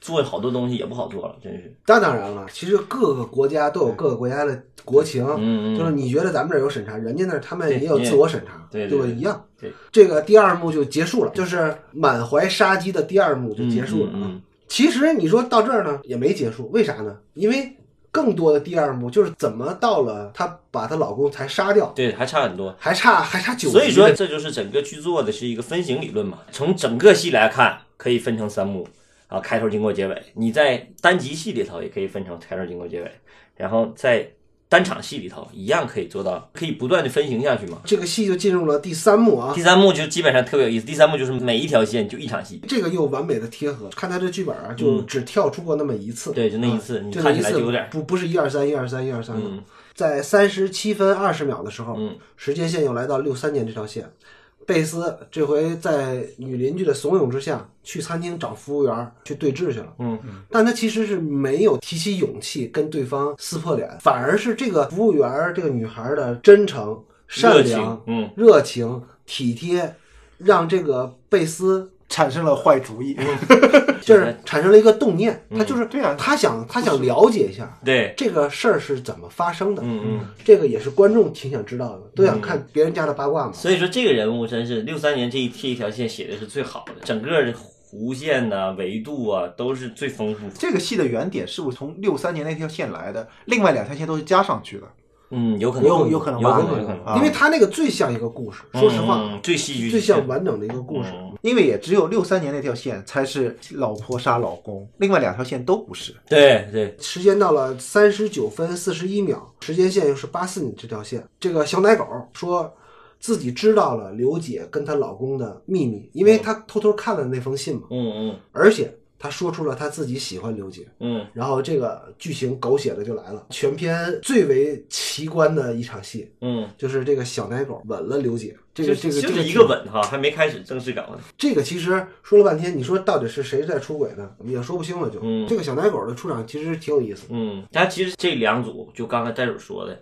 S2: 做好多东西也不好做了，真是。
S1: 那当然了，其实各个国家都有各个国家的国情，
S2: 嗯嗯
S1: 就是你觉得咱们这儿有审查，人家那儿他们
S2: 对
S1: 也有自我审查，
S2: 对
S1: 对吧？
S2: 对对
S1: 一样。
S2: 对，
S1: 这个第二幕就结束了，就是满怀杀机的第二幕就结束了啊。
S2: 嗯嗯嗯
S1: 其实你说到这儿呢，也没结束，为啥呢？因为更多的第二幕就是怎么到了她把她老公才杀掉，
S2: 对，还差很多。
S1: 还差还差九集呢，
S2: 所以说，这就是整个剧做的是一个分型理论嘛。从整个戏来看，可以分成三幕啊，开头、经过、结尾。你在单集戏里头也可以分成开头、经过、结尾，然后在单场戏里头一样可以做到，可以不断的分型下去嘛。
S1: 这个戏就进入了第三幕啊
S2: 第。三幕就基本上特别有意思，第三幕就是每一条线就一场戏，
S1: 这个又完美的贴合，看他这剧本啊，就只跳出过那么一次，
S2: 嗯对，啊就那一次，你
S1: 就那
S2: 看
S1: 一
S2: 起来
S1: 次
S2: 就有点
S1: 不不是一二三一二三一二三
S2: 嗯
S1: 在三十七分二十秒的时候，
S2: 嗯
S1: 时间线又来到六三年这条线。贝斯这回在女邻居的怂恿之下，去餐厅找服务员去对峙去了。
S2: 嗯，
S1: 但他其实是没有提起勇气跟对方撕破脸，反而是这个服务员这个女孩的真诚、
S2: 热
S1: 善
S2: 情
S1: 良、，
S2: 嗯，
S1: 热情、体贴，让这个贝斯
S3: 产生了坏主意。
S2: 嗯
S1: 就是产生了一个动念，他就是
S3: 对啊
S1: 他想他想了解一下
S2: 对，
S1: 这个事儿是怎么发生的，
S2: 嗯嗯。
S1: 这个也是观众挺想知道的，都想看别人家的八卦嘛。
S2: 所以说这个人物真是六三年这一这一条线写的是最好的，整个弧线呐、维度啊都是最丰富。
S3: 这个戏的原点是不是从六三年那条线来的？另外两条线都是加上去的。
S2: 嗯，有可能，
S3: 有
S2: 有
S3: 有可能
S2: 有
S3: 吧
S2: 可能，有可能。
S3: 啊
S1: 因为他那个最像一个故事，说实话，
S2: 嗯，最戏剧
S1: 最像完整的一个故事。
S2: 嗯
S3: 因为也只有六三年那条线才是老婆杀老公，另外两条线都不是。
S2: 对对，
S1: 时间到了三十九分四十一秒，时间线又是八四年这条线。这个小奶狗说自己知道了刘姐跟她老公的秘密，因为她偷偷看了那封信嘛，
S2: 嗯
S1: 而且她说出了她自己喜欢刘姐。
S2: 嗯嗯
S1: 然后这个剧情狗血的就来了，全片最为奇观的一场戏，
S2: 嗯，
S1: 就是这个小奶狗吻了刘姐，这
S2: 就
S1: 个这个
S2: 就
S1: 这
S2: 是一
S1: 个
S2: 个，吻哈，还没开始正式搞呢。
S1: 这个其实说了半天，你说到底是谁在出轨呢？也说不清了就。
S2: 嗯
S1: 这个小奶狗的出场其实挺有意思，
S2: 嗯，但其实这两组就刚才戴主说的，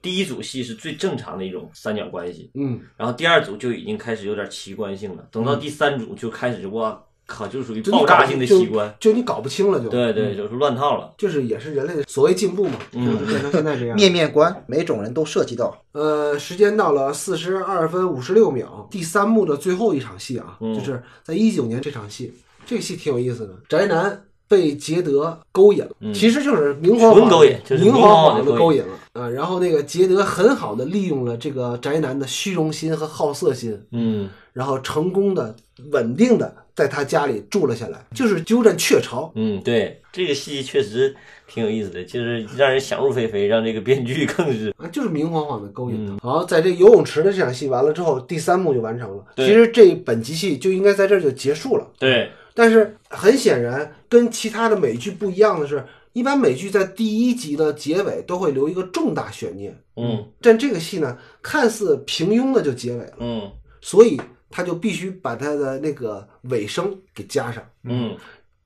S2: 第一组戏是最正常的一种三角关系，
S1: 嗯，
S2: 然后第二组就已经开始有点奇观性了，等到第三组就开始哇靠，就属于
S1: 就你
S2: 爆炸性的
S1: 搞不
S2: 奇观。
S1: 就，就你搞不清了就。，
S2: 对对，就是乱套了。
S1: 就是也是人类所谓进步嘛，
S2: 嗯
S1: 就是变成现在这
S2: 啊
S1: 样。
S3: 面面观，每种人都涉及到。
S1: 呃，时间到了四十二分五十六秒，第三幕的最后一场戏啊，
S2: 嗯
S1: 就是在一九年这场戏，这个戏挺有意思的，宅男。被捷德勾引了，其实就是明晃晃
S2: 嗯纯勾引就是
S1: 明
S2: 明晃
S1: 晃
S2: 晃
S1: 的
S2: 地
S1: 勾
S2: 勾
S1: 引了啊！然后那个捷德很好的利用了这个宅男的虚荣心和好色心，
S2: 嗯
S1: 然后成功的、稳定的在他家里住了下来，就是鸠占鹊巢。
S2: 嗯，对，这个戏确实挺有意思的，就是让人想入非非，让这个编剧更是
S1: 啊，就是明晃晃的勾引他。然后在这游泳池的这场戏完了之后，第三幕就完成了。
S2: 对
S1: 其实这本集戏就应该在这儿就结束了，
S2: 对，
S1: 但是很显然，跟其他的美剧不一样的是，一般美剧在第一集的结尾都会留一个重大悬念，
S2: 嗯
S1: 但这个戏呢，看似平庸的就结尾了，
S2: 嗯
S1: 所以他就必须把他的那个尾声给加上，
S2: 嗯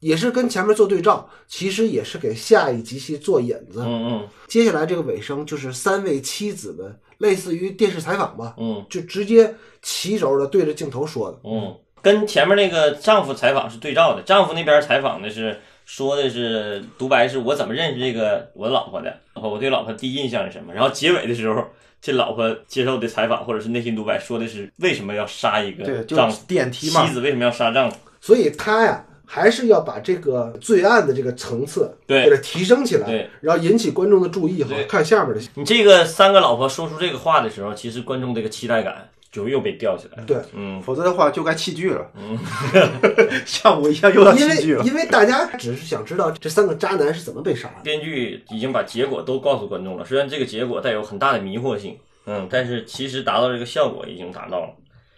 S1: 也是跟前面做对照，其实也是给下一集戏做引子。
S2: 嗯
S1: 接下来这个尾声就是三位妻子们，类似于电视采访吧，
S2: 嗯
S1: 就直接齐轴的对着镜头说的。
S2: 嗯，跟前面那个丈夫采访是对照的，丈夫那边采访的是说的是独白是我怎么认识这个我老婆的，然后我对老婆第一印象是什么，然后结尾的时候。这老婆接受的采访或者是内心独白说的是为什么要杀一个
S3: 对，就
S2: 丈夫
S3: 是，点
S2: 妻
S3: 题嘛，
S2: 子为什么要杀丈夫？
S1: 所以他呀，还是要把这个罪案的这个层次
S2: 对
S1: 给它提升起来
S2: 对，
S1: 然后引起观众的注意。好
S2: 对，
S1: 看下面的戏。
S2: 你这个三个老婆说出这个话的时候，其实观众这个期待感就又被吊起来了。
S1: 对，
S2: 嗯
S3: 否则的话就该弃剧了。 像我一样又要
S1: 因
S3: 弃剧
S1: 为
S3: 了。
S1: 因为大家只是想知道这三个渣男是怎么被杀的。
S2: 编剧已经把结果都告诉观众了，虽然这个结果带有很大的迷惑性，嗯，但是其实达到这个效果已经达到了。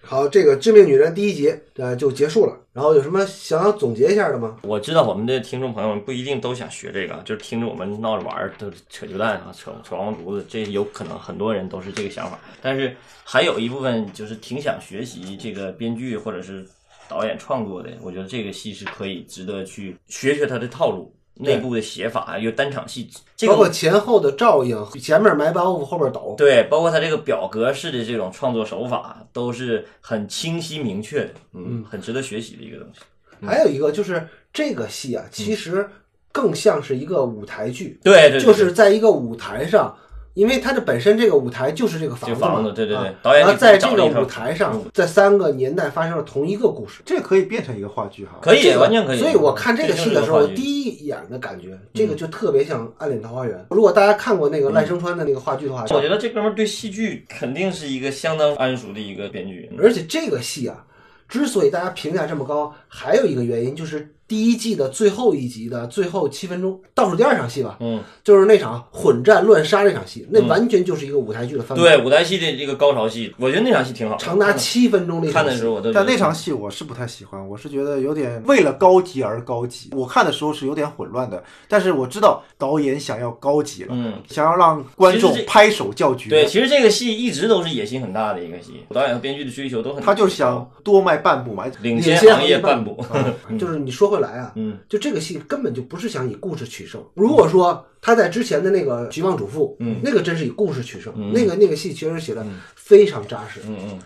S1: 好，这个致命女人第一集呃就结束了。然后有什么想要总结一下的吗？
S2: 我知道我们的听众朋友们不一定都想学这个，就是听着我们闹着玩儿，都扯鸡蛋啊，扯扯王八犊子，这有可能很多人都是这个想法。但是还有一部分就是挺想学习这个编剧或者是导演创作的，我觉得这个戏是可以值得去学学他的套路。内部的写法，有单场戏，这个
S1: 包括前后的照应，前面埋包袱，后边抖。
S2: 对，包括他这个表格式的这种创作手法，都是很清晰明确的，嗯，很值得学习的一个东西。
S1: 还有一个就是这个戏
S2: 嗯
S1: 啊，其实更像是一个舞台剧，
S2: 对对，对
S1: 就是在一个舞台上，因为它这本身这个舞台就是这个房
S2: 这
S1: 子
S2: 房
S1: 嘛
S2: 子对对对
S1: 啊
S2: 导演
S1: 然后
S2: 给
S1: 在
S2: 找
S1: 这
S2: 了
S1: 个
S2: 一套
S1: 舞台上
S2: 嗯，
S1: 在三个年代发生了同一个故事。
S3: 这可以变成一个话剧哈，
S2: 可以，
S1: 这个
S2: 完全可以。
S1: 所以我看这个戏的时
S2: 这
S1: 候，
S2: 就是一个话剧
S1: 第一眼的感觉，这个就特别像《暗恋桃花
S2: 嗯
S1: 源》。如果大家看过那个赖声川的那个话剧的话，
S2: 我觉得这哥们儿对戏剧肯定是一个相当谙熟的一个编剧。
S1: 而且这个戏啊，之所以大家评价这么高，还有一个原因就是第一季的最后一集的最后七分钟，倒数第二场戏吧，
S2: 嗯，
S1: 就是那场混战乱杀那场戏，那完全就是一个舞台剧的翻版，
S2: 对舞台戏的这个高潮戏，我觉得那场戏挺好的，
S1: 长达七分钟的一
S2: 看
S1: 场
S2: 的
S1: 戏
S2: 时。候我都觉
S3: 但
S2: 得
S3: 那场戏我是不太喜欢，我是觉得有点为了高级而高级。我看的时候是有点混乱的，但是我知道导演想要高级了，
S2: 嗯。
S3: 想要让观众
S2: 其实这
S3: 拍手叫绝。
S2: 对，其实这个戏一直都是野心很大的一个戏，导演和编剧的追求都很，
S3: 他就是想多卖半步嘛。
S2: 领
S1: 领
S2: 先
S1: 先
S2: 行
S1: 行
S2: 业
S1: 业
S2: 半
S1: 半
S2: 步。
S1: 嗯就是你说回来啊，
S2: 嗯，
S1: 就这个戏根本就不是想以故事取胜。如果说他在之前的那个《绝望主妇》，
S2: 嗯
S1: 那个真是以故事取胜，
S2: 嗯
S1: 那个那个戏确实写的非常扎实。
S2: 嗯嗯，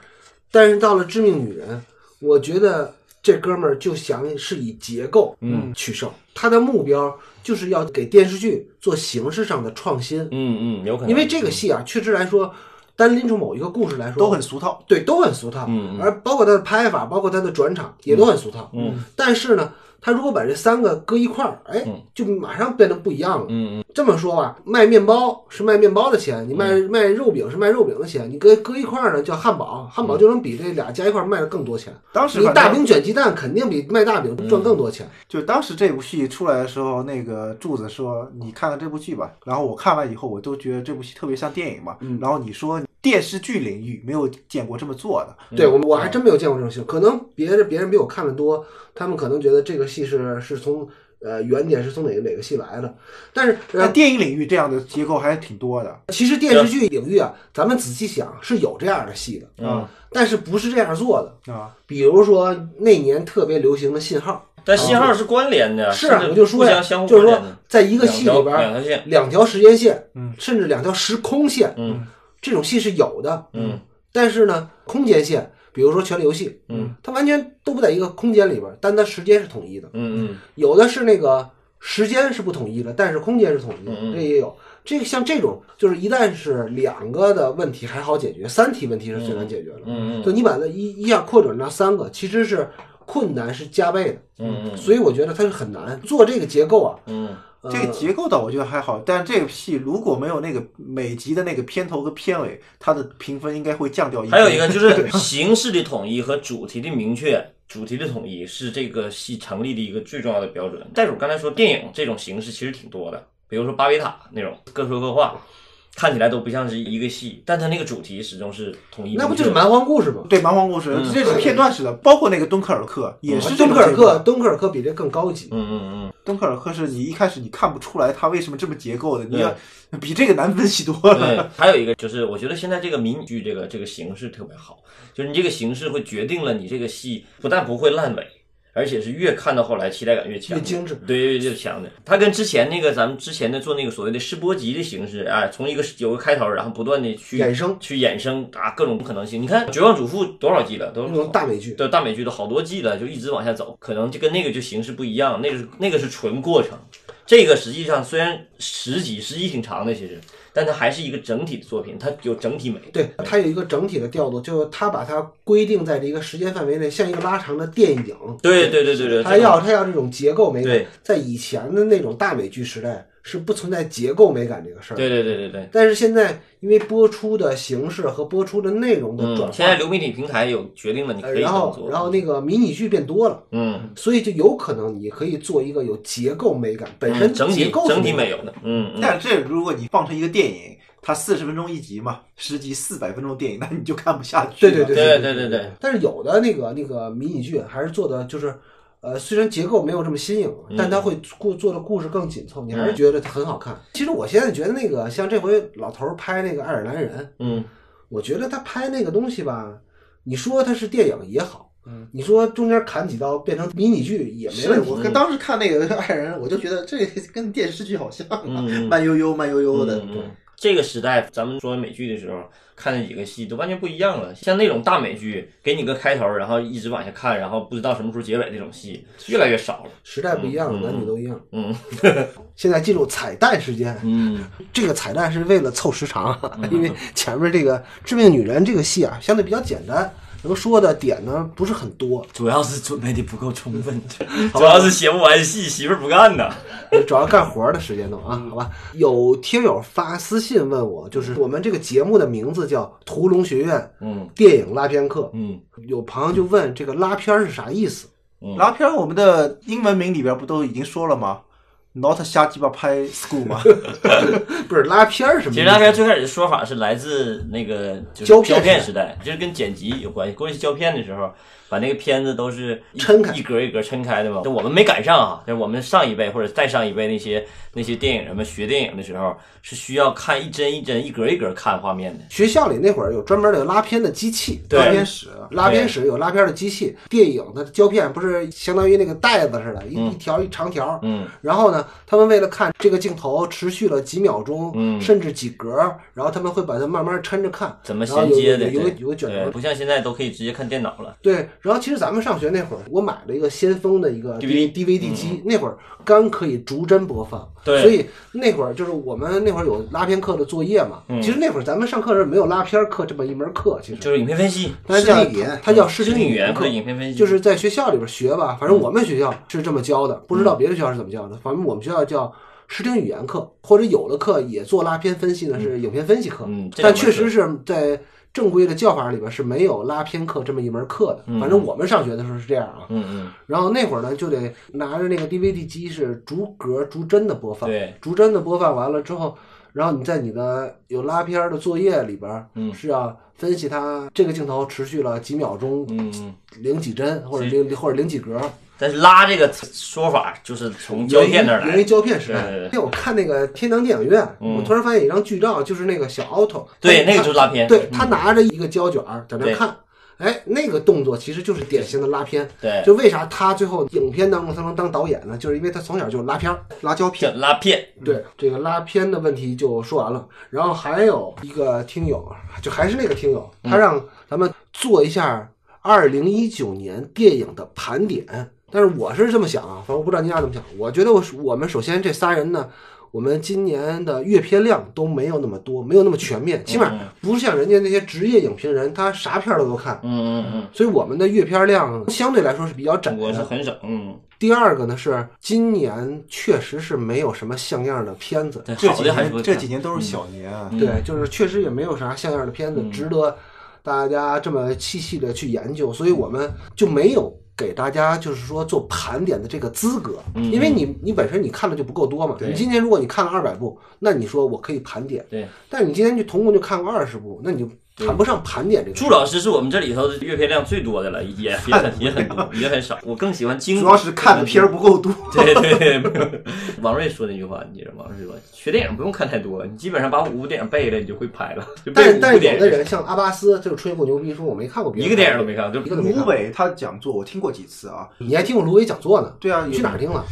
S1: 但是到了《致命女人》，我觉得这哥们儿就想是以结构
S2: 嗯
S1: 取胜，他的目标就是要给电视剧做形式上的创新。
S2: 嗯嗯，有可能，
S1: 因为这个戏啊，确实来说，单拎出某一个故事来说，
S3: 都很俗套，
S1: 对，都很俗套。
S2: 嗯嗯
S1: 而包括它的拍法，包括它的转场，也都很俗套。
S2: 嗯，
S1: 但是呢，他如果把这三个搁一块儿，哎
S2: 嗯，
S1: 就马上变得不一样了。
S2: 嗯嗯
S1: 这么说吧，卖面包是卖面包的钱，你卖、
S2: 嗯
S1: 卖肉饼是卖肉饼的钱，你搁搁一块儿呢叫汉堡，汉堡
S2: 嗯
S1: 就能比这俩加一块儿卖的更多钱。
S3: 当时
S1: 你
S3: 反
S1: 大
S3: 正
S1: 饼卷鸡蛋肯定比卖大饼赚更多钱。
S3: 就当时这部戏出来的时候，那个柱子说：“你看看这部剧吧。”然后我看完以后，我都觉得这部戏特别像电影嘛。
S2: 嗯
S3: 然后你说电视剧领域没有见过这么做的，
S2: 嗯
S1: 对我我还真没有见过这种戏，可能别人别人比我看的多，他们可能觉得这个戏是是从呃原点是从哪个哪个戏来的，但是
S2: 啊
S1: 呃
S3: 但电影领域这样的结构还挺多的。
S1: 其实电视剧领域啊，咱们仔细想是有这样的戏的，
S2: 嗯。
S1: 但是不是这样做的。
S3: 啊，
S1: 比如说那年特别流行的信号，
S2: 但信号是关联的，
S1: 是啊
S2: 甚，至
S1: 我就说
S2: 互
S1: 呀，
S2: 相相互
S1: 就是
S2: 关
S1: 说
S2: 联的。
S1: 在一个戏里边
S2: 两
S1: 儿，
S2: 条两条线，
S1: 两条时间线，
S3: 嗯
S1: 甚至两条时空线，
S2: 嗯
S1: 这种戏是有的。
S2: 嗯
S1: 但是呢，空间线，比如说《权力游戏》，
S2: 嗯，
S1: 它完全都不在一个空间里边儿，但它时间是统一的。
S2: 嗯嗯
S1: 有的是那个时间是不统一的，但是空间是统一的，
S2: 嗯嗯
S1: 这也有。这个像这种，就是一旦是两个的问题还好解决，三体问题是最难解决的。
S2: 嗯
S1: 就你把它一一下扩展到三个，其实是困难是加倍的。
S2: 嗯嗯
S1: 所以我觉得它是很难做这个结构啊。
S2: 嗯
S1: 呃、
S3: 这个结构倒我觉得还好，但这个戏如果没有那个每集的那个片头和片尾，它的评分应该会降掉一。
S2: 还有一个，就是形式的统一和主题的明确，主题的统一是这个戏成立的一个最重要的标准。袋鼠刚才说电影这种形式其实挺多的，比如说巴别塔那种各说各话，看起来都不像是一个戏，但它那个主题始终是统一。
S1: 那不就是蛮荒故事吗？
S3: 对蛮荒故事，
S2: 嗯
S3: 这是片段式的，包括那个敦刻尔克也是这
S1: 啊敦
S3: 种
S1: 刻尔
S3: 结构
S1: 克，敦刻尔克比这更高级。
S2: 嗯嗯
S3: 敦刻尔克是你一开始你看不出来它为什么这么结构的，你
S2: 对
S3: 要比这个难分析多
S2: 嗯，
S3: 了。
S2: 对。还有一个就是，我觉得现在这个民剧这个这个形式特别好，就是你这个形式会决定了你这个戏不但不会烂尾。而且是越看到后来期待感越强，
S1: 越精致
S2: 对，越越强的。它跟之前那个咱们之前的做那个所谓的试播集的形式，哎，从一个有个开头，然后不断的去
S1: 衍生
S2: 去衍生啊各种可能性。你看《绝望主妇》多少季了，都
S1: 那种大美剧，
S2: 对大美剧都好多季了，就一直往下走，可能就跟那个就形式不一样，那个是那个是纯过程，这个实际上虽然十集十集挺长的，其实，但它还是一个整体的作品，它有整体美。
S1: 对，它有一个整体的调度，就是它把它规定在这一个时间范围内，像一个拉长的电影。
S2: 对对对对对，
S1: 它要它要这种结构美感
S2: 对，
S1: 在以前的那种大美剧时代是不存在结构美感这个事儿。
S2: 对对对对对。
S1: 但是现在因为播出的形式和播出的内容的转
S2: 嗯，现
S1: 换，
S2: 在流媒体平台有决定了，你
S1: 呃
S2: 可以这
S1: 然
S2: 么
S1: 后
S2: 做。
S1: 然后那个迷你剧变多了，
S2: 嗯，
S1: 所以就有可能你可以做一个有结构美感，本身
S2: 嗯整体
S1: 结构是
S2: 整体
S1: 美
S2: 没有的，嗯，嗯
S3: 但这如果你放成一个电影，它四十分钟一集嘛，十集四百分钟的电影，那你就看不下去
S1: 对
S3: 了。
S1: 对对
S2: 对
S1: 对
S2: 对对对。
S1: 但是有的那个那个迷你剧还是做的就是，呃，虽然结构没有这么新颖，但它会故做的故事更紧凑，你还是觉得它很好看。其实我现在觉得那个像这回老头儿拍那个爱尔兰人，
S2: 嗯，
S1: 我觉得他拍那个东西吧，你说它是电影也好，嗯，你说中间砍几刀变成迷你剧也没
S3: 是
S1: 问题。
S3: 我跟当时看那个爱人，我就觉得这个跟电视剧好像，
S2: 嗯
S3: 慢悠悠慢悠悠的。
S2: 嗯嗯这个时代，咱们说美剧的时候看的几个戏都完全不一样了。像那种大美剧，给你个开头，然后一直往下看，然后不知道什么时候结尾那种戏，越来越少了。
S1: 时代不一样，
S2: 嗯嗯
S1: 男女都一样。
S2: 嗯
S1: 现在进入彩蛋时间，
S2: 嗯
S1: 这个彩蛋是为了凑时长啊，因为前面这个《致命女人》这个戏啊，相对比较简单，能说的点呢不是很多，
S2: 主要是准备的不够充 分，主要是写不完戏，媳妇儿不干呐。
S1: 主要干活的时间都啊，
S2: 嗯
S1: 好吧。有听友发私信问我，就是我们这个节目的名字叫《屠龙学院
S2: 嗯
S1: 电影拉片课
S2: 嗯》，
S1: 有朋友就问这个拉片儿是啥意思？
S3: 拉嗯片儿我们的英文名里边不都已经说了吗？Not 瞎鸡巴拍 school 吗？
S1: 不是拉片儿是什么
S2: 其
S1: 意
S2: 实
S1: 思？
S2: 大片最开始的说法是来自那个就是
S1: 胶
S2: 胶
S1: 片
S2: 片时代，就是跟剪辑有关系。过去胶片的时候，把那个片子都是一
S1: 抻开
S2: 一格一格抻开的嘛。就我们没赶上啊，就是我们上一辈或者再上一辈那些那些电影什么学电影的时候，是需要看一帧一帧、一格一格看画面的。
S1: 学校里那会儿有专门的拉片的机器，
S2: 对
S3: 拉片史，
S1: 拉片室有拉片的机器，电影的胶片不是相当于那个袋子似的，一、一条一长条。
S2: 嗯，
S1: 然后呢，他们为了看这个镜头持续了几秒钟，
S2: 嗯
S1: 甚至几格，然后他们会把它慢慢抻着看，
S2: 怎么
S1: 然后
S2: 衔
S1: 有
S2: 接的？
S1: 有有个
S2: 对
S1: 有个卷
S2: 对
S1: 轴。
S2: 不像现在都可以直接看电脑了。
S1: 对，然后其实咱们上学那会儿，我买了一个先锋的一个
S2: DVD
S1: DVD 机，那会儿刚可以逐帧播放，
S2: 嗯对
S1: 所以那会儿就是我们那会儿有拉片课的作业嘛。其实那会儿咱们上课的时候没有拉片课这么一门课，其实
S2: 嗯就是影片分析，
S1: 但是叫
S3: 视听语言
S1: 它叫视
S2: 视
S1: 听
S2: 听语
S1: 言
S2: 言
S1: 课
S2: 或者，影片分析，嗯
S1: 就是在学校里边学吧。反正我们学校是这么教的，不知道别的学校是怎么教的。反正我们学校叫视听语言课，或者有的课也做拉片分析呢，是影片分析课。
S2: 嗯这
S1: 但
S2: 两门
S1: 确实是在正规的教法里边是没有拉片课这么一门课的。反正我们上学的时候是这样啊。
S2: 嗯嗯，
S1: 然后那会儿呢，就得拿着那个 DVD 机是逐格逐帧的播放，
S2: 对，
S1: 逐帧的播放完了之后，然后你在你的有拉片儿的作业里边，
S2: 嗯
S1: 是要分析它这个镜头持续了几秒钟，
S2: 嗯嗯。
S1: 零几帧或者
S2: 是
S1: 零或者零几格，
S2: 但是拉这个说法就是从胶片那儿
S1: 源于
S2: 来，
S1: 胶片时代。
S2: 对对对嗯
S1: 因为我看那个天堂电影院，我突然发现有一张剧照，就是那个小 auto，
S2: 对，
S1: 他
S2: 那个就是拉片，嗯
S1: 对他拿着一个胶卷儿在那
S2: 对
S1: 看。哎，那个动作其实就是典型的拉片。
S2: 对
S1: 就为啥他最后影片当中他能当导演呢？就是因为他从小就拉片儿。
S3: 拉胶
S2: 叫
S3: 片，
S2: 拉片，
S1: 对这个拉片的问题就说完了，然后还有一个听友，就还是那个听友，
S2: 嗯
S1: 他让咱们做一下二零一九年电影的盘点。但是我是这么想啊，反正我不知道你俩怎么想。我觉得我我们首先这仨人呢，我们今年的阅片量都没有那么多，没有那么全面，起
S2: 哦
S1: 码不是像人家那些职业影评人，他啥片儿都能看。
S2: 嗯嗯嗯，
S1: 所以我们的阅片量相对来说是比较窄
S2: 中国是
S1: 的。
S2: 很少，嗯，
S1: 第二个呢是今年确实是没有什么像样的片子，
S2: 对，
S3: 这
S2: 好
S3: 几
S2: 的还是不
S3: 年这几年都是小年啊。
S2: 嗯
S1: 对，就是确实也没有啥像样的片子值得大家这么细细的去研究，所以我们就没有给大家就是说做盘点的这个资格，因为你你本身你看的就不够多嘛。
S2: 嗯对
S1: 你今天如果你看了二百部，那你说我可以盘点，
S2: 对，
S1: 但你今天就总共就看过二十部，那你就谈不上盘点这个事儿。
S2: 朱老师是我们这里头的阅片量最多的了，也也
S1: 哎
S2: 很也很多，也很少。我更喜欢精，
S3: 主要是看的片儿不够多。
S2: 对对对， 王瑞说那句话，你记着王瑞说，学电影不用看太多，你基本上把五部电影背了，你就会拍了。就
S1: 但
S2: 背
S1: 是
S2: 五
S1: 但
S2: 部
S1: 是
S2: 电
S1: 有
S2: 影
S1: 的人像阿巴斯就吹过牛逼，说我没看过别人
S2: 一个电
S1: 拍
S2: 影
S1: 的
S2: 都没看，就
S1: 一个都没
S3: 芦
S1: 看。
S3: 苇他讲座我听过几次啊，
S1: 你还听过芦苇讲座呢？
S3: 对啊，
S1: 你
S3: 有
S1: 去哪儿听了？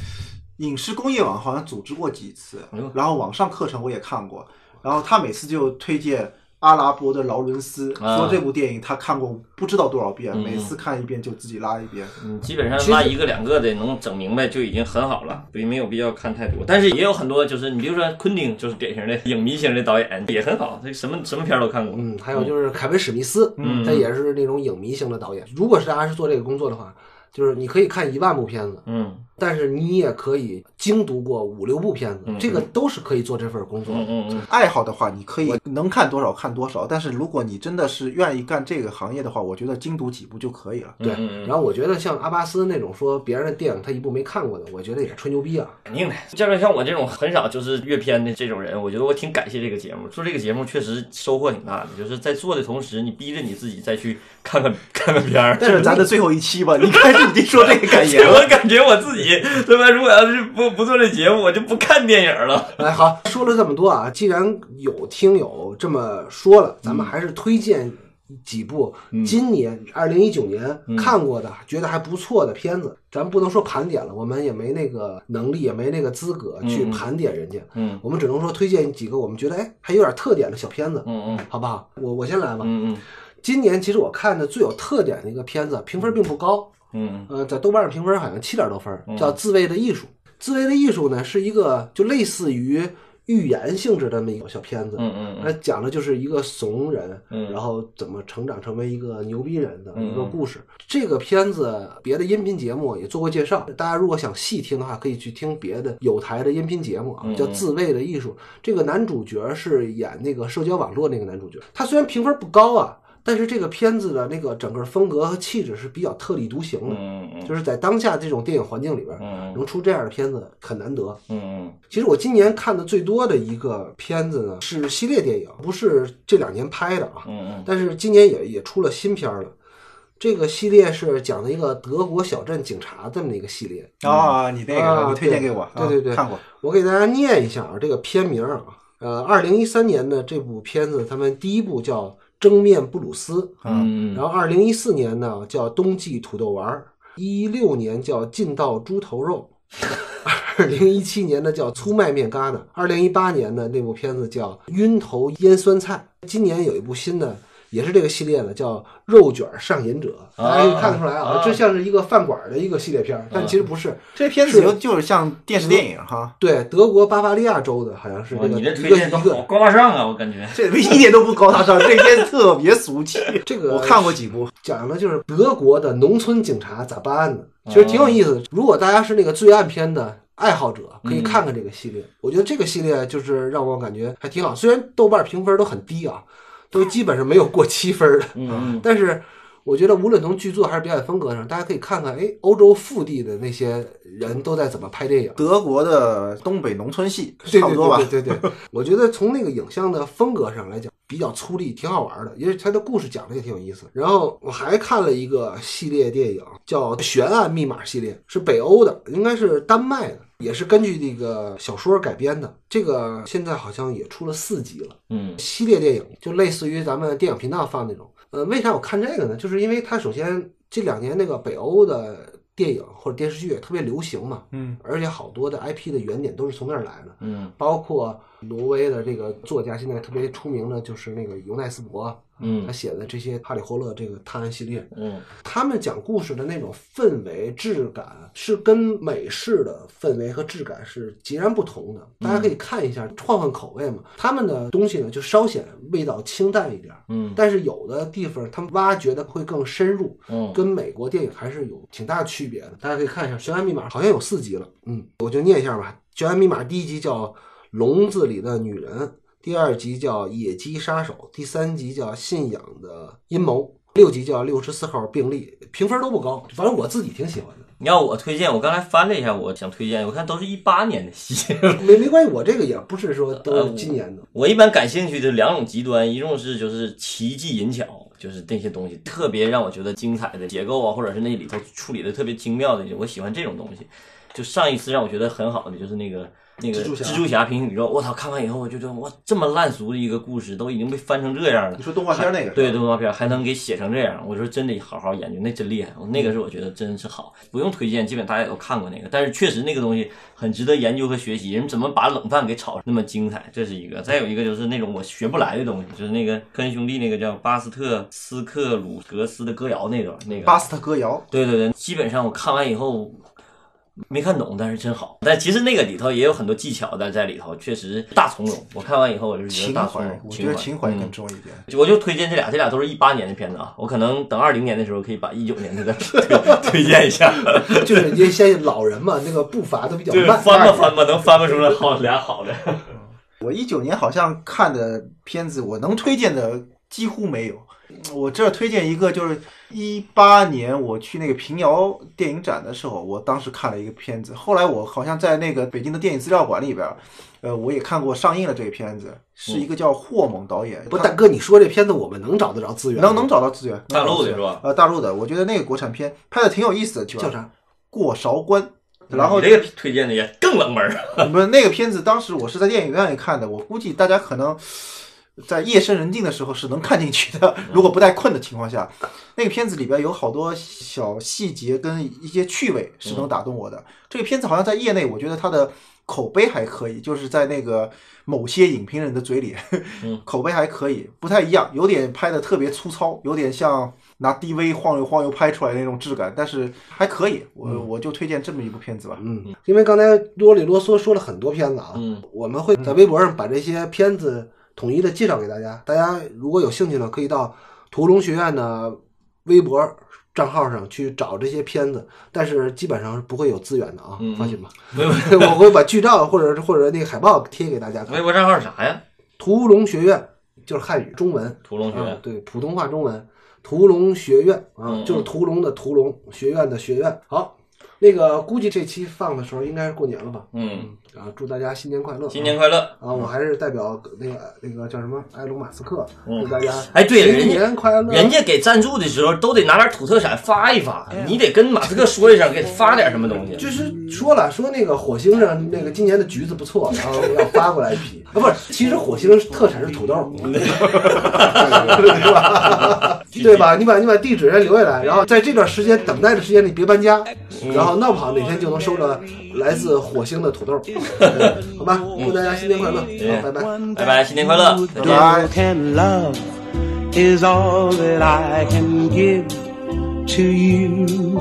S3: 影视工业网好像组织过几次
S2: 哎呦，
S3: 然后网上课程我也看过，然后他每次就推荐。阿拉伯的劳伦斯
S2: 啊
S3: 说这部电影他看过不知道多少遍，
S2: 嗯
S3: 每次看一遍就自己拉一遍。
S2: 嗯，基本上拉一个两个的能整明白就已经很好了，所以没有必要看太多。但是也有很多就是你比如说昆汀就是典型的影迷型的导演，也很好，这什么什么片儿都看过。
S1: 嗯，还有就是凯文·史密斯，
S2: 嗯
S1: 他也是那种影迷型的导演。如果是大家是做这个工作的话，就是你可以看一万部片子，
S2: 嗯
S1: 但是你也可以精读过五六部片子，这个都是可以做这份工作的。
S2: 嗯嗯嗯，
S3: 爱好的话，你可以能看多少看多少，但是如果你真的是愿意干这个行业的话，我觉得精读几部就可以了。
S1: 对
S2: 嗯嗯，
S1: 然后我觉得像阿巴斯那种说别人的电影他一部没看过的，我觉得也吹牛逼啊。
S2: 肯定的。加上像我这种很少就是阅片的这种人，我觉得我挺感谢这个节目。做这个节目确实收获挺大的，就是在做的同时，你逼着你自己再去看看看看片儿。
S3: 这是咱的最后一期吧？你开始已经说这个感 言了，
S2: 我感觉我自己对吧？如果要是不不做这节目，我就不看电影了。
S1: 哎，好，说了这么多啊，既然有听友这么说
S2: 嗯
S1: 了，咱们还是推荐几部今年二零一九年
S2: 嗯
S1: 看过的、觉得还不错的片子。咱不能说盘点了，我们也没那个能力，也没那个资格去盘点人家。
S2: 嗯
S1: 我们只能说推荐几个我们觉得哎还有点特点的小片子，
S2: 嗯嗯
S1: 好不好？我我先来吧。
S2: 嗯
S1: 今年其实我看的最有特点的一个片子，评分并不高，
S2: 嗯嗯
S1: 呃，在豆瓣上评分好像七点多分儿，叫《自卫的艺术》。自卫的艺术呢，是一个就类似于寓言性质的那么一个小片子，
S2: 嗯嗯
S1: 它讲的就是一个怂人，
S2: 嗯
S1: 然后怎么成长成为一个牛逼人的一个故事。这个片子别的音频节目也做过介绍，大家如果想细听的话，可以去听别的有台的音频节目
S2: 嗯
S1: 啊，叫《自卫的艺术》。这个男主角是演那个社交网络那个男主角，他虽然评分不高啊。但是这个片子的那个整个风格和气质是比较特立独行的，
S2: 嗯嗯
S1: 就是在当下这种电影环境里边，
S2: 嗯
S1: 能出这样的片子很难得。
S2: 嗯
S1: 其实我今年看的最多的一个片子呢，是系列电影，不是这两年拍的啊，
S2: 嗯
S1: 但是今年也也出了新片儿了。这个系列是讲的一个德国小镇警察这么一个系列，
S3: 啊，你那个
S1: 啊
S3: 你推荐给我，
S1: 对
S3: 啊
S1: 对对
S3: 看过。
S1: 我给大家念一下啊，这个片名啊，呃，二零一三年的这部片子，他们第一部叫《蒸面布鲁斯》，
S2: 嗯
S1: 然后二零一四年呢叫冬季土豆丸儿，一六年叫劲道猪头肉，二零一七年呢叫粗麦面疙瘩，二零一八年呢那部片子叫晕头腌酸菜，今年有一部新的。也是这个系列的，叫《肉卷上瘾者》，
S2: 啊
S1: 大家可以看得出来啊
S2: 啊，
S1: 这像是一个饭馆儿的一个系列片儿，但其实不是。
S3: 这片子就就是像电视电影哈，
S1: 对，德国巴伐利亚州的，好像是
S2: 嗯，
S1: 这个
S2: 你这
S1: 一
S2: 推
S1: 个
S2: 荐都
S1: 一
S2: 好
S1: 个
S2: 高大上啊，我感觉。
S3: 这一点都不高大上，这片特别俗气。
S1: 这个
S3: 我看过几部，
S1: 讲的就是德国的农村警察咋办案的，其实挺有意思的。如果大家是那个罪案片的爱好者，可以看看这个系列。我觉得这个系列就是让我感觉还挺好，虽然豆瓣评分都很低啊，都基本上没有过七分的，
S2: 嗯
S1: 但是。我觉得无论从剧作还是表演风格上，大家可以看看，哎，欧洲腹地的那些人都在怎么拍电影，
S3: 德国的东北农村戏，
S1: 对
S3: 差不多吧。
S1: 对对对 对对我觉得从那个影像的风格上来讲，比较粗粝，挺好玩的，因为它的故事讲的也挺有意思。然后我还看了一个系列电影，叫《悬案密码》系列，是北欧的，应该是丹麦的，也是根据那个小说改编的。这个现在好像也出了四集了。
S2: 嗯
S1: 系列电影，就类似于咱们电影频道放那种。呃，为啥我看这个呢？就是因为它首先这两年那个北欧的电影或者电视剧也特别流行嘛，
S3: 嗯，
S1: 而且好多的 IP 的原点都是从那儿来的。
S2: 嗯
S1: 包括挪威的这个作家，现在特别出名的就是那个尤奈斯伯，他
S2: 嗯
S1: 写的这些《哈里霍勒》这个探案系列，
S2: 嗯
S1: 他们讲故事的那种氛围质感是跟美式的氛围和质感是截然不同的。大家可以看一下，换换口味嘛。他们的东西呢，就稍显味道清淡一点儿，
S2: 嗯
S1: 但是有的地方他们挖掘的会更深入，
S2: 嗯，
S1: 跟美国电影还是有挺大区别的。大家可以看一下《悬案密码》，好像有四集了。嗯，我就念一下吧。《悬案密码》第一集叫《笼子里的女人》，第二集叫《野鸡杀手》，第三集叫《信仰的阴谋》。六集叫《六十四号病例》，评分都不高，反正我自己挺喜欢的，
S2: 你要我推荐，我刚才翻了一下，我想推荐，我看都是一八年的戏。
S1: 没没关系，我这个也不是说
S2: 嗯
S1: 都今年的。
S2: 我一般感兴趣的两种极端，一种是就是奇技淫巧，就是那些东西特别让我觉得精彩的结构啊，或者是那里头处理的特别精妙的，我喜欢这种东西。就上一次让我觉得很好的就是那个 那
S1: 蜘
S2: 个
S1: 蛛侠
S2: 蜘蛛侠平行宇宙，我操，看完以后我就觉得哇，这么烂俗的一个故事都已经被翻成这样了
S3: 你。说动画片那个，
S2: 对，动画片还能给写成这样，我说真得好好研究，那真厉害。我那
S3: 嗯
S2: 个是我觉得真是好，不用推荐，基本大家也都看过那个。但是确实那个东西很值得研究和学习，人怎么把冷饭给炒那么精彩，这是一个。再有一个就是那种我学不来的东西，就是那个科恩兄弟那个叫巴斯特斯克鲁格斯的歌谣那段，那个
S3: 巴斯特歌谣，
S2: 对对对，基本上我看完以后没看懂，但是真好。但其实那个里头也有很多技巧的在里头，确实大从容。我看完以后我就觉得
S3: 情
S2: 大从容
S3: 怀，，我觉得情怀
S2: 嗯
S3: 更重一点。
S2: 我就推荐这俩，这俩都是一八年的片子啊。我可能等二零年的时候可以把一九年的再推推荐一下，
S1: 就是一些老人嘛，那个步伐都比较
S2: 就是
S1: 慢。
S2: 翻吧翻吧，能翻吧出来好俩好的。
S3: 我一九年好像看的片子，我能推荐的几乎没有。我这儿推荐一个，就是一八年我去那个平遥电影展的时候，我当时看了一个片子。后来我好像在那个北京的电影资料馆里边儿，呃，我也看过上映了这个片子，是一个叫霍猛导演，
S1: 嗯不，大哥，你说这片子我们能找得着资源吗？
S3: 能能找到资源，
S2: 大陆的是
S3: 能找到资源
S2: 吧？
S3: 呃，大陆的，我觉得那个国产片拍的挺有意思的，就
S1: 叫啥？
S3: 过韶关。嗯然后
S2: 你这个推荐的也更冷门儿，啊
S3: 不是那个片子，当时我是在电影院里看的，我估计大家可能在夜深人静的时候是能看进去的，如果不带困的情况下，那个片子里边有好多小细节跟一些趣味是能打动我的。这个片子好像在业内，我觉得它的口碑还可以，就是在那个某些影评人的嘴里，
S2: 嗯
S3: 口碑还可以，不太一样，有点拍的特别粗糙，有点像。拿 DV 晃悠晃悠拍出来的那种质感，但是还可以，我我就推荐这么一部片子吧。
S1: 嗯，因为刚才啰里啰嗦说了很多片子啊，
S2: 嗯，
S1: 我们会在微博上把这些片子统一的介绍给大家。大家如果有兴趣呢，可以到屠龙学院的微博账号上去找这些片子，但是基本上是不会有资源的啊，
S2: 嗯
S1: 放心吧。
S2: 没有
S1: 我会把剧照或者或者那个海报贴给大家
S2: 微
S1: 看。
S2: 博账号是啥呀？
S1: 屠龙学院就是汉语中文，
S2: 屠龙学
S1: 啊
S2: 院，
S1: 对，普通话中文，屠龙学院啊，
S2: 嗯嗯
S1: 就是屠龙的屠龙，学院的学院。好，那个估计这期放的时候应该是过年了吧？
S2: 嗯，
S1: 啊，祝大家新年快乐！
S2: 新年快乐！
S1: 啊，我还是代表那个那个叫什么埃隆马斯克，
S2: 嗯
S1: 祝大家
S2: 哎，对了，
S1: 新
S2: 人家
S1: 年快乐！
S2: 人家给赞助的时候都得拿点土特产发一发，你得跟马斯克说一声，给发点什么东西。
S1: 就是说了，说那个火星上那个今年的橘子不错，然后要发过来一批啊，不是，其实火星特产是土豆，
S2: 嗯
S1: 对吧？对吧？你把你把地址先留下来，然后在这段时间等待的时间里别搬家，
S2: 嗯
S1: 然后闹不好哪天就能收到来自火星的土 豆，对好吧？祝大家新年快乐，好，拜拜。
S2: 拜拜，新年快乐！再见。
S3: Right.
S4: And love is all that I can give to you.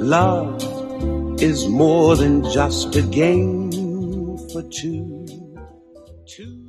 S4: Love is more than just a game for two. Two.